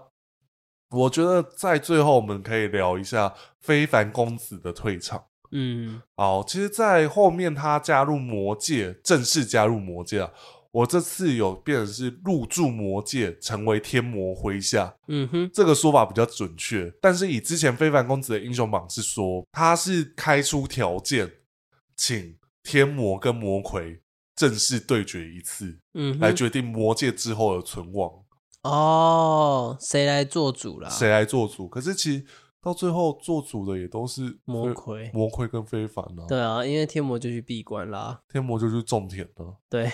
S1: 我觉得在最后我们可以聊一下非凡公子的退场。
S2: 嗯，
S1: 好，其实，在后面他加入魔界，正式加入魔界啊，我这次有变成是入驻魔界，成为天魔麾下，
S2: 嗯哼，
S1: 这个说法比较准确。但是以之前非凡公子的英雄榜是说，他是开出条件，请天魔跟魔魁正式对决一次，
S2: 嗯
S1: 来
S2: 哼，
S1: 决定魔界之后的存亡。
S2: 哦，谁来做主啦？
S1: 谁来做主？可是其实到最后做主的也都是
S2: 魔
S1: 非
S2: 魁
S1: 嗯魔魁跟非凡啊，
S2: 对啊，因为天魔就去闭关啦。
S1: 天魔就去种田了。
S2: 对，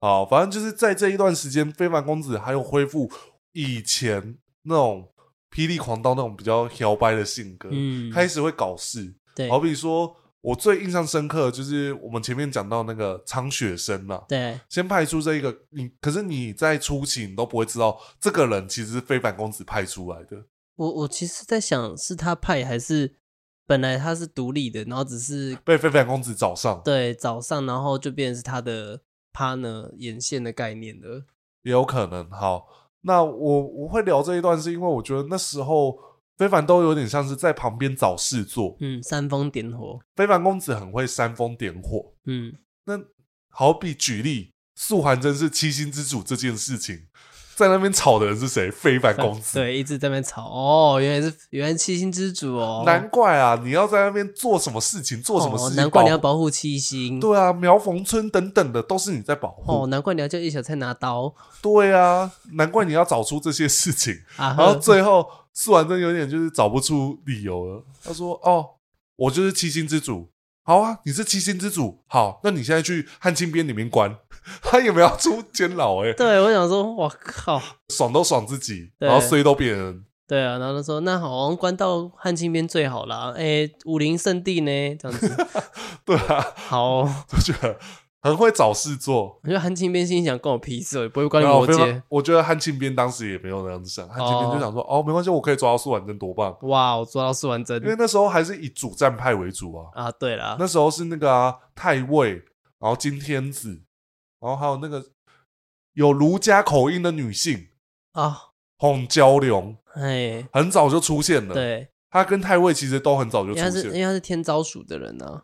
S1: 好，反正就是在这一段时间，非凡公子还有恢复以前那种霹雳狂刀那种比较摇摆的性格，
S2: 嗯，
S1: 开始会搞事。
S2: *laughs* 对
S1: 好比说，我最印象深刻的就是我们前面讲到那个苍雪生啦、
S2: 对，
S1: 先派出这一个你，可是你在初期你都不会知道这个人其实是非凡公子派出来的，
S2: 我我其实在想，是他派还是本来他是独立的，然后只是
S1: 被非凡公子找上。
S2: 对早上，然后就变成是他的 partner 眼线的概念了。
S1: 也有可能。好，那我我会聊这一段，是因为我觉得那时候非凡都有点像是在旁边找事做。
S2: 嗯，煽风点火。
S1: 非凡公子很会煽风点火。
S2: 嗯，
S1: 那好比举例，素还真是七星之主这件事情，在那边吵的人是谁？非凡公子。
S2: *laughs* 对，一直在那边吵。哦，原来是原来七星之主
S1: *laughs*
S2: 哦，
S1: 难怪啊！你要在那边做什么事情，做什么事
S2: 哦，
S1: 情？
S2: 难怪你要
S1: 保
S2: 保护七星。
S1: 护。对啊，苗逢春等等的都是你在保护。
S2: 哦，难怪你要叫叶小菜拿刀
S1: 对啊，难怪你要找出这些事情。
S2: *laughs* 啊。
S1: 然后
S2: 呵
S1: 最后苏完真有点就是找不出理由了。他说：“哦，我就是七星之主。”好啊，你是七星之主，好，那你现在去汉青边里面关， *laughs* 他也没有出监牢哎、
S2: 对我想说，我靠，
S1: 爽都爽自己，
S2: 对
S1: 然后衰都别人， *laughs*
S2: 对啊，然后他说那好，我们关到汉青边最好啦。哎，武林圣地呢，这
S1: *laughs*
S2: 样子
S1: 对啊，
S2: 好 *laughs* 哦。
S1: 我觉得很会找事做。
S2: 我觉得汉青边心想关我屁事哦，也不会关
S1: 然
S2: 你
S1: 后
S2: 魔
S1: 啊我非
S2: 界
S1: 常。我觉得汉庆边当时也没有那样子想，汉庆边就想说：“哦没关系，我可以抓到苏婉珍，多棒
S2: 哇，我做到四完！”真
S1: 因为那时候还是以主战派为主啊，
S2: 啊！对啦，
S1: 那时候是那个啊太尉，然后金天子，然后还有那个有儒家口音的女性
S2: 啊，
S1: 洪娇龙，
S2: 哎，
S1: 很早就出现了。，
S2: 对，
S1: 她跟太尉其实都很早就
S2: 因
S1: 出
S2: 为他是因
S1: 现。
S2: 为他是天招属的人啊。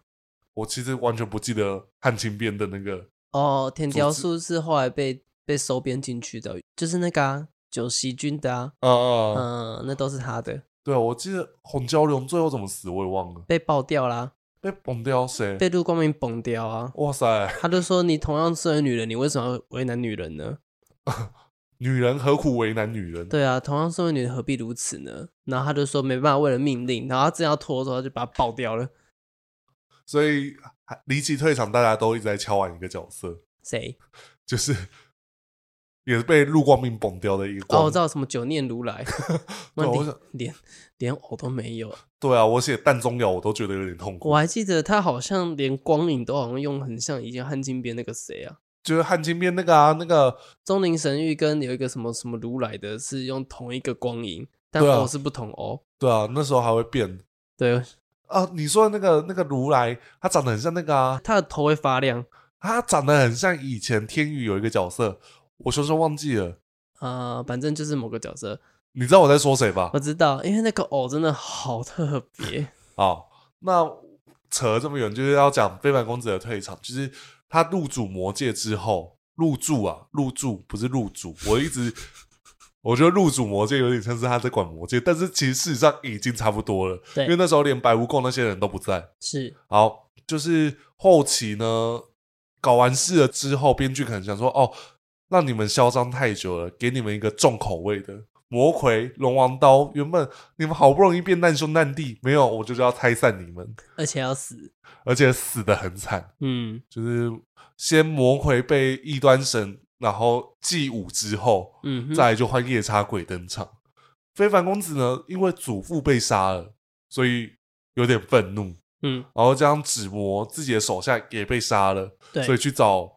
S1: 我其实完全不记得汉青边的那个
S2: 哦，天雕树是后来被被收编进去的，就是那个啊，九席军的啊，
S1: 呃呃，
S2: 嗯，那都是他的，
S1: 对啊我记得洪娇龙最后怎么死我也忘了，
S2: 被爆掉啦，
S1: 被崩掉谁？
S2: 被陆光明崩掉啊。
S1: 哇塞，
S2: 他就说：“你同样身为女人，你为什么要为难女人呢？
S1: 女人何苦为难女人？
S2: 对啊，同样身为女人，何必如此呢？”然后他就说：“没办法，为了命令。”然后他正要拖的时候，他就把他爆掉了。
S1: 所以离奇退场，大家都一直在敲完一个角色，
S2: 谁？
S1: 就是 *laughs* 也是被陆光命崩掉的一个
S2: 哦，
S1: 光。
S2: 我知道什么九念如
S1: *laughs*
S2: 来，
S1: 对
S2: 妈
S1: 我
S2: 连
S1: 想
S2: 连连偶都没有。
S1: 对啊，我写淡中药我都觉得有点痛苦
S2: 我。还记得他好像连光影都好像用很像以前汉金边那个谁啊，
S1: 就是汉金边那个啊，那个
S2: 钟灵神域跟有一个什么什么如来的是用同一个光影，但
S1: 对啊
S2: 偶是不同偶。
S1: 对啊，那时候还会变
S2: 对，
S1: 啊。你说的那个那个如来，他长得很像那个啊，
S2: 他的头会发亮
S1: 他长得很像以前天宇有一个角色，我说说忘记了。
S2: 啊、呃反正就是某个角色。
S1: 你知道我在说谁吧
S2: 我？知道，因为那个偶真的好特别。
S1: 好，那扯了这么远，就是要讲非凡公子的退场，就是他入主魔界之后，入住啊，入住不是入主，我一直我觉得入主魔界有点像是他在管魔界，但是其实事实上已经差不多了，
S2: 对
S1: 因为那时候连白无垢那些人都不在。
S2: 是，
S1: 好，就是后期呢，搞完事了之后，编剧可能想说，哦，让你们嚣张太久了，给你们一个重口味的魔魁、龙王刀。原本你们好不容易变难兄难弟，没有，我就是要拆散你们，
S2: 而且要死。
S1: 而且死的很惨，
S2: 嗯
S1: 就是先魔魁被异端神，然后祭舞之后，
S2: 嗯哼，
S1: 再来就换夜叉鬼登场。非凡公子呢，因为祖父被杀了，所以有点愤怒。
S2: 嗯
S1: 然后这样纸魔自己的手下也被杀了，
S2: 对
S1: 所以去找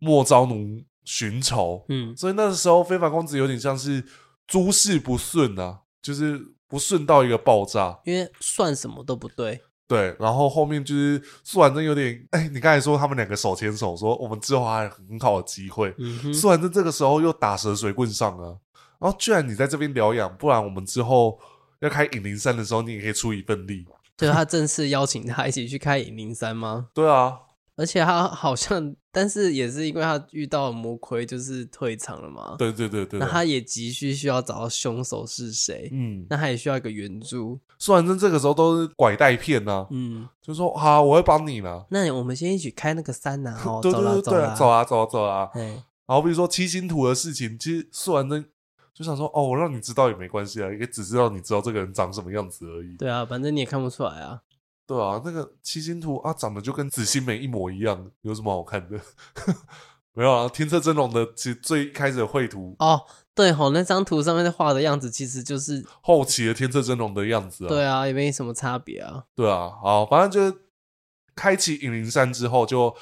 S1: 莫昭奴寻仇。
S2: 嗯
S1: 所以那时候非凡公子有点像是诸事不顺啊，就是不顺到一个爆炸。
S2: 因为算什么都不对。
S1: 对，然后后面就是苏婉珍有点，哎，你刚才说他们两个手牵手，说我们之后还有很好的机会。
S2: 嗯哼，
S1: 苏婉珍这个时候又打蛇随棍上了，然后居然你在这边疗养，不然我们之后要开隐灵山的时候，你也可以出一份力。
S2: 对他正式邀请他一起去开影灵山吗？
S1: 对啊，
S2: 而且他好像，但是也是因为他遇到了魔魁，就是退场了嘛。
S1: 对对对对
S2: 那
S1: 对，
S2: 他也急需需要找到凶手是谁，
S1: 嗯，
S2: 那他也需要一个援助。
S1: 苏婉珍这个时候都是拐带骗呐、
S2: 嗯，
S1: 就说好、啊，我会帮你啦。，
S2: 那我们先一起开那个山呐、哦
S1: 对
S2: 走
S1: 对
S2: 啦
S1: 对对
S2: 啦
S1: 啊，走啊走啊走啊。
S2: 哎，
S1: 然后比如说七星图的事情，其实苏婉珍就想说，哦，我让你知道也没关系啊，也只知道你知道这个人长什么样子而已。
S2: 对啊，反正你也看不出来啊。
S1: 对啊，那个七星图啊，长得就跟紫心梅一模一样，有什么好看的？ *laughs* 没有啊，天策真龙的其实最一开始的绘图，
S2: 哦，对吼，那张图上面画的样子其实就是，
S1: 后期的天策真龙的样子啊，
S2: 对啊，也没什么差别啊。
S1: 对啊，好，反正就是开启隐灵山之后，就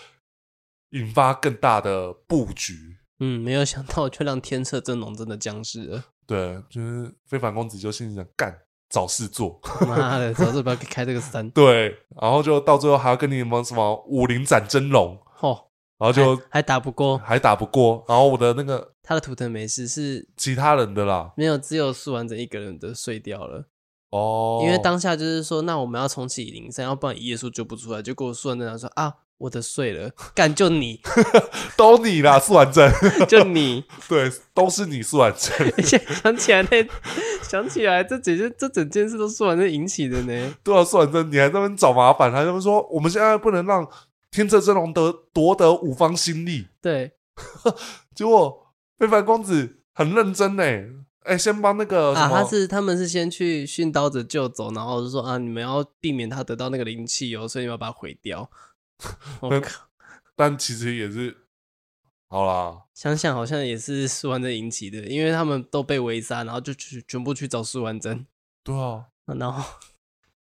S1: 引发更大的布局。
S2: 嗯，没有想到却让天策真龙真的僵尸了，
S1: 对，就是非凡公子就心里想干找事做，。
S2: 妈的，早知道不要开这个
S1: *laughs*
S2: 山
S1: 对，然后就到最后还要跟你们什么武林斩真龙，
S2: 哦，
S1: 然后就
S2: 还还打不过
S1: 还打不过，然后我的那个
S2: 他的图腾美食是
S1: 其他人的啦，
S2: 没有，只有苏完整一个人的碎掉了。
S1: 哦，
S2: 因为当下就是说，那我们要重启零三，要不然一页书救不出来。结果苏完整说啊，我的碎了，干就你
S1: 都你啦，素婉珍，
S2: 就你，
S1: *laughs*
S2: *laughs*
S1: 对，都是你素婉珍，
S2: 而且想起来那想起来这整件这整件事都是苏完整引起的呢。
S1: *laughs* 对啊，素婉珍，你还在那边找麻烦，还在那边说我们现在不能让天策真龙得夺得五方心力，
S2: 对，
S1: 结果非凡公子很认真呢、哎、先帮那个什
S2: 啊，
S1: 么，
S2: 他是他们是先去训刀者救走，然后就说啊，你们要避免他得到那个灵气哦，所以你们要把它毁掉。 *laughs* 我
S1: 嗯
S2: 靠，
S1: 但其实也是好啦，
S2: 想想好像也是苏完真引起的，因为他们都被围杀，然后就去全部去找苏完真，
S1: 对啊，
S2: 啊然后 *laughs*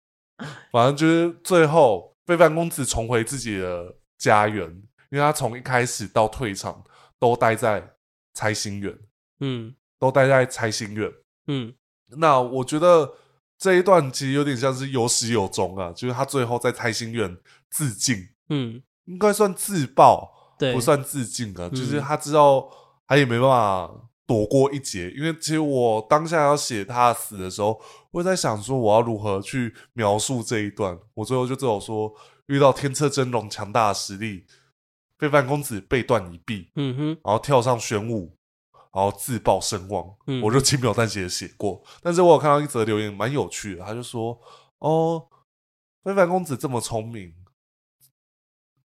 S1: 反正就是最后非凡公子重回自己的家园，因为他从一开始到退场都待在财星园，
S2: 嗯
S1: 都待在财星园。
S2: 嗯
S1: 那我觉得这一段其实有点像是有始有终啊，就是他最后在财星园自尽，
S2: 嗯，
S1: 应该算自爆，
S2: 对，
S1: 不算自尽啊，就是
S2: 嗯
S1: 他知道他也没办法躲过一劫，因为其实我当下要写他死的时候，我在想说我要如何去描述这一段，我最后就只有说遇到天策真龙强大的实力，非凡公子被断一臂，
S2: 嗯哼，
S1: 然后跳上玄武。然后自爆身亡，
S2: 嗯
S1: 我就轻描淡写的写过。 *laughs* 但是我有看到一则留言，蛮有趣的，他就说：“哦，非凡公子这么聪明，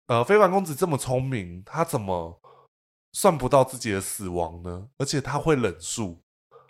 S1: 呃，非凡公子这么聪明，他怎么算不到自己的死亡呢？而且他会忍术，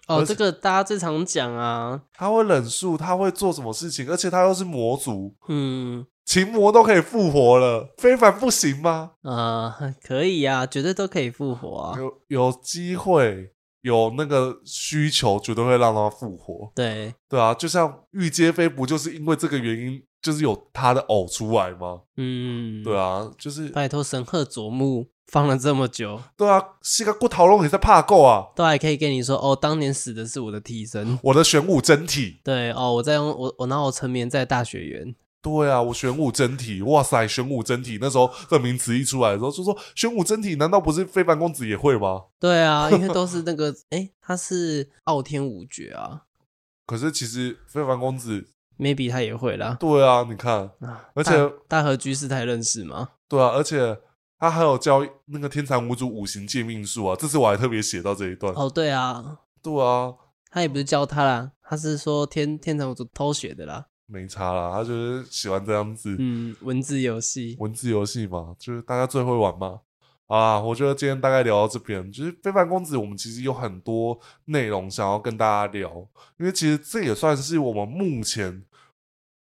S2: 哦，
S1: 而且
S2: 这个大家最常讲啊，
S1: 他会忍术，他会做什么事情？而且他又是魔族，
S2: 嗯，
S1: 琴魔都可以复活了，非凡不行吗？
S2: 啊、 *laughs* 可以啊，绝对都可以复活啊。
S1: 有有机会，有那个需求，绝对会让他复活。
S2: 对，
S1: 对啊，就像玉阶飞，不就是因为这个原因，就是有他的偶出来吗？
S2: 嗯，
S1: 对啊，就是
S2: 拜托神鹤佐木放了这么久，
S1: 对啊，西个骨头龙也在怕够啊！
S2: 都还可以跟你说哦，当年死的是我的
S1: *laughs*
S2: 替身。
S1: 我的玄武真体，
S2: 对哦，我在用我我拿我成眠在大雪原，
S1: 对啊，我玄武真体，哇塞，玄武真体那时候这名词一出来的时候，就说玄武真体难道不是非凡公子也会吗？
S2: 对啊，
S1: *laughs*
S2: 因为都是那个哎，他是傲天五绝啊
S1: 可是其实非凡公子，
S2: ，maybe 他也会啦。
S1: 对啊，你看，
S2: 啊
S1: 而且
S2: 大大和居士他也认识吗？
S1: 对啊，而且他还有教那个天蚕五主五行借命术啊，这次我还特别写到这一段。
S2: 哦，对啊，
S1: 对啊，
S2: 他也不是教他啦，他是说天天蚕五祖偷学的啦。
S1: 没差啦，他就是喜欢这样子、
S2: 嗯，文字游戏，
S1: 文字游戏嘛，就是大家最会玩嘛。啊，我觉得今天大概聊到这边，就是非凡公子，我们其实有很多内容想要跟大家聊，因为其实这也算是我们目前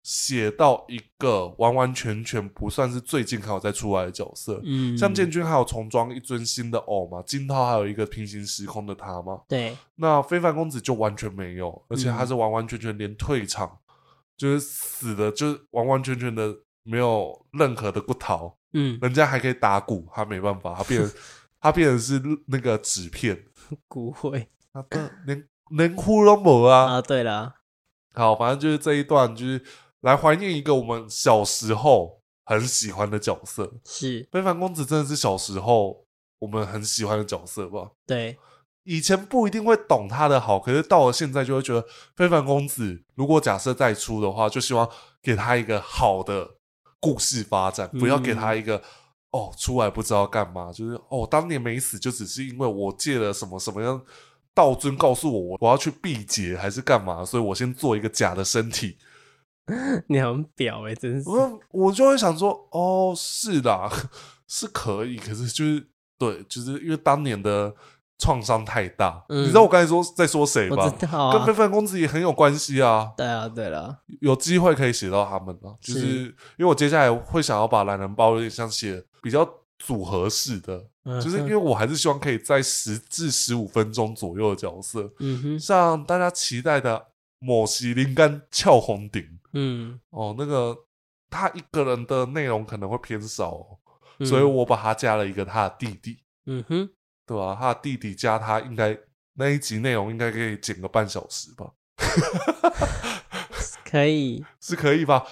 S1: 写到一个完完全全不算是最近还有再出来的角色。
S2: 嗯，
S1: 像建军还有重装一尊新的偶嘛，金涛还有一个平行时空的他嘛，
S2: 对，
S1: 那非凡公子就完全没有，而且他是完完全全连退场，就是死的，就是完完全全的没有任何的骨头，
S2: 嗯，
S1: 人家还可以打鼓，他没办法，他变成他变成是那个纸片，
S2: 骨灰
S1: 他的连连哭都没啊。
S2: 啊，对啦，
S1: 好，反正就是这一段，就是来怀念一个我们小时候很喜欢的角色。
S2: 是
S1: 非凡公子真的是小时候我们很喜欢的角色吧？
S2: 对， *laughs*
S1: 以前不一定会懂他的好，可是到了现在就会觉得非凡公子，如果假设再出的话，就希望给他一个好的故事发展，
S2: 嗯
S1: 不要给他一个、哦出来不知道干嘛，就是哦当年没死就只是因为我借了什么什么样道尊告诉我我我要去避劫还是干嘛，所以我先做一个假的身体，
S2: 你很表哎、真是，
S1: 我我就会想说哦是啦， *laughs* 是可以，可是就是对，就是因为当年的。创伤太大，
S2: 嗯
S1: 你知道我刚才说在说谁吧？
S2: 我知道
S1: 跟非
S2: 啊，
S1: 凡公子也很有关系
S2: *laughs*
S1: 啊。
S2: 对啊，对啦，
S1: 有机会可以写到他们啊，就是是因为我接下来会想要把懒人包有点像写比较组合式的，
S2: 嗯
S1: 就是因为我还是希望可以在十至十五分钟左右的角色，
S2: 嗯哼，
S1: 像大家期待的某席灵干俏红顶
S2: 嗯，
S1: 哦，那个他一个人的内容可能会偏少、哦，
S2: 嗯
S1: 所以我把他加了一个他的弟弟，
S2: 嗯哼，
S1: 对吧、他的弟弟加他应该那一集内容应该可以剪个半小时吧。
S2: *laughs* 可以，
S1: 是可以吧？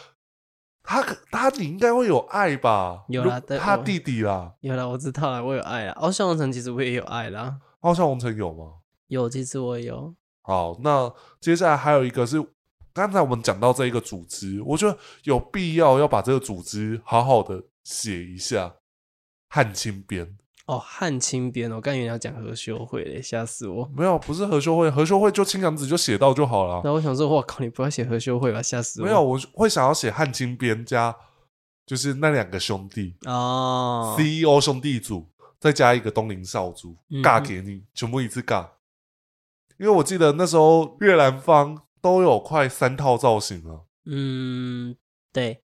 S1: 他可他你应该会有爱吧？
S2: 有啦
S1: 如
S2: 对
S1: 他
S2: 我
S1: 弟弟啦，
S2: 有啦，我知道啦，我有爱啦。哦，向荣城其实我也有爱啦，
S1: 奥校红尘有吗？
S2: 有，其实我有，
S1: 好，那接下来还有一个是刚才我们讲到这一个组织，我觉得有必要要把这个组织好好的写一下。汉卿编
S2: 哦，汉卿边，我刚以为你要讲何修会嘞，吓死我。
S1: 没有，不是何修会，何修会就青阳子就写到就好了。
S2: 那我想说，哇靠！你不要写何修会吧，吓死我！
S1: 没有，我会想要写汉卿编加，就是那两个兄弟、
S2: 哦
S1: CEO 兄弟组，再加一个东陵少主。
S2: 嗯
S1: 尬
S2: 嗯
S1: 给你，全部一次尬。因为我记得那时候越南方都有快三套造型了，
S2: 嗯，对，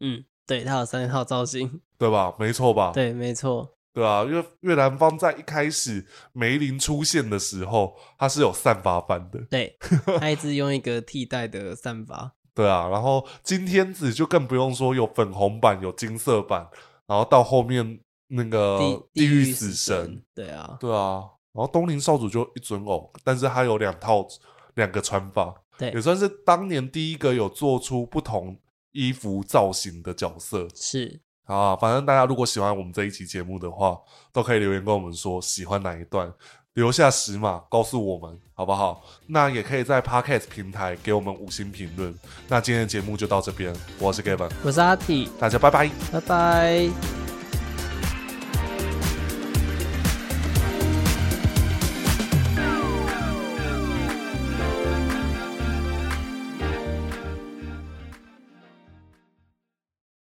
S2: 嗯，对，他有三套造型，
S1: 对吧？没错吧？
S2: 对，没错，
S1: 对啊，因为越南方在一开始梅林出现的时候，他是有散发版的， *laughs*
S2: 对，他一直用一个替代的散发，
S1: 对啊。然后金天子就更不用说有粉红版、有金色版，然后到后面那个呃地狱死神，，
S2: 对啊，
S1: 对啊。然后东陵少主就一尊偶，但是他有两套两个穿法，也
S2: 对，
S1: 算是当年第一个有做出不同衣服造型的角色
S2: 是，
S1: 啊。反正大家如果喜欢我们这一期节目的话，都可以留言跟我们说喜欢哪一段，留下十码告诉我们好不好？那也可以在 Podcast 平台给我们五星评论。那今天的节目就到这边，我是 Gavin，
S2: 我是阿 T，
S1: 大家拜拜。
S2: 拜拜。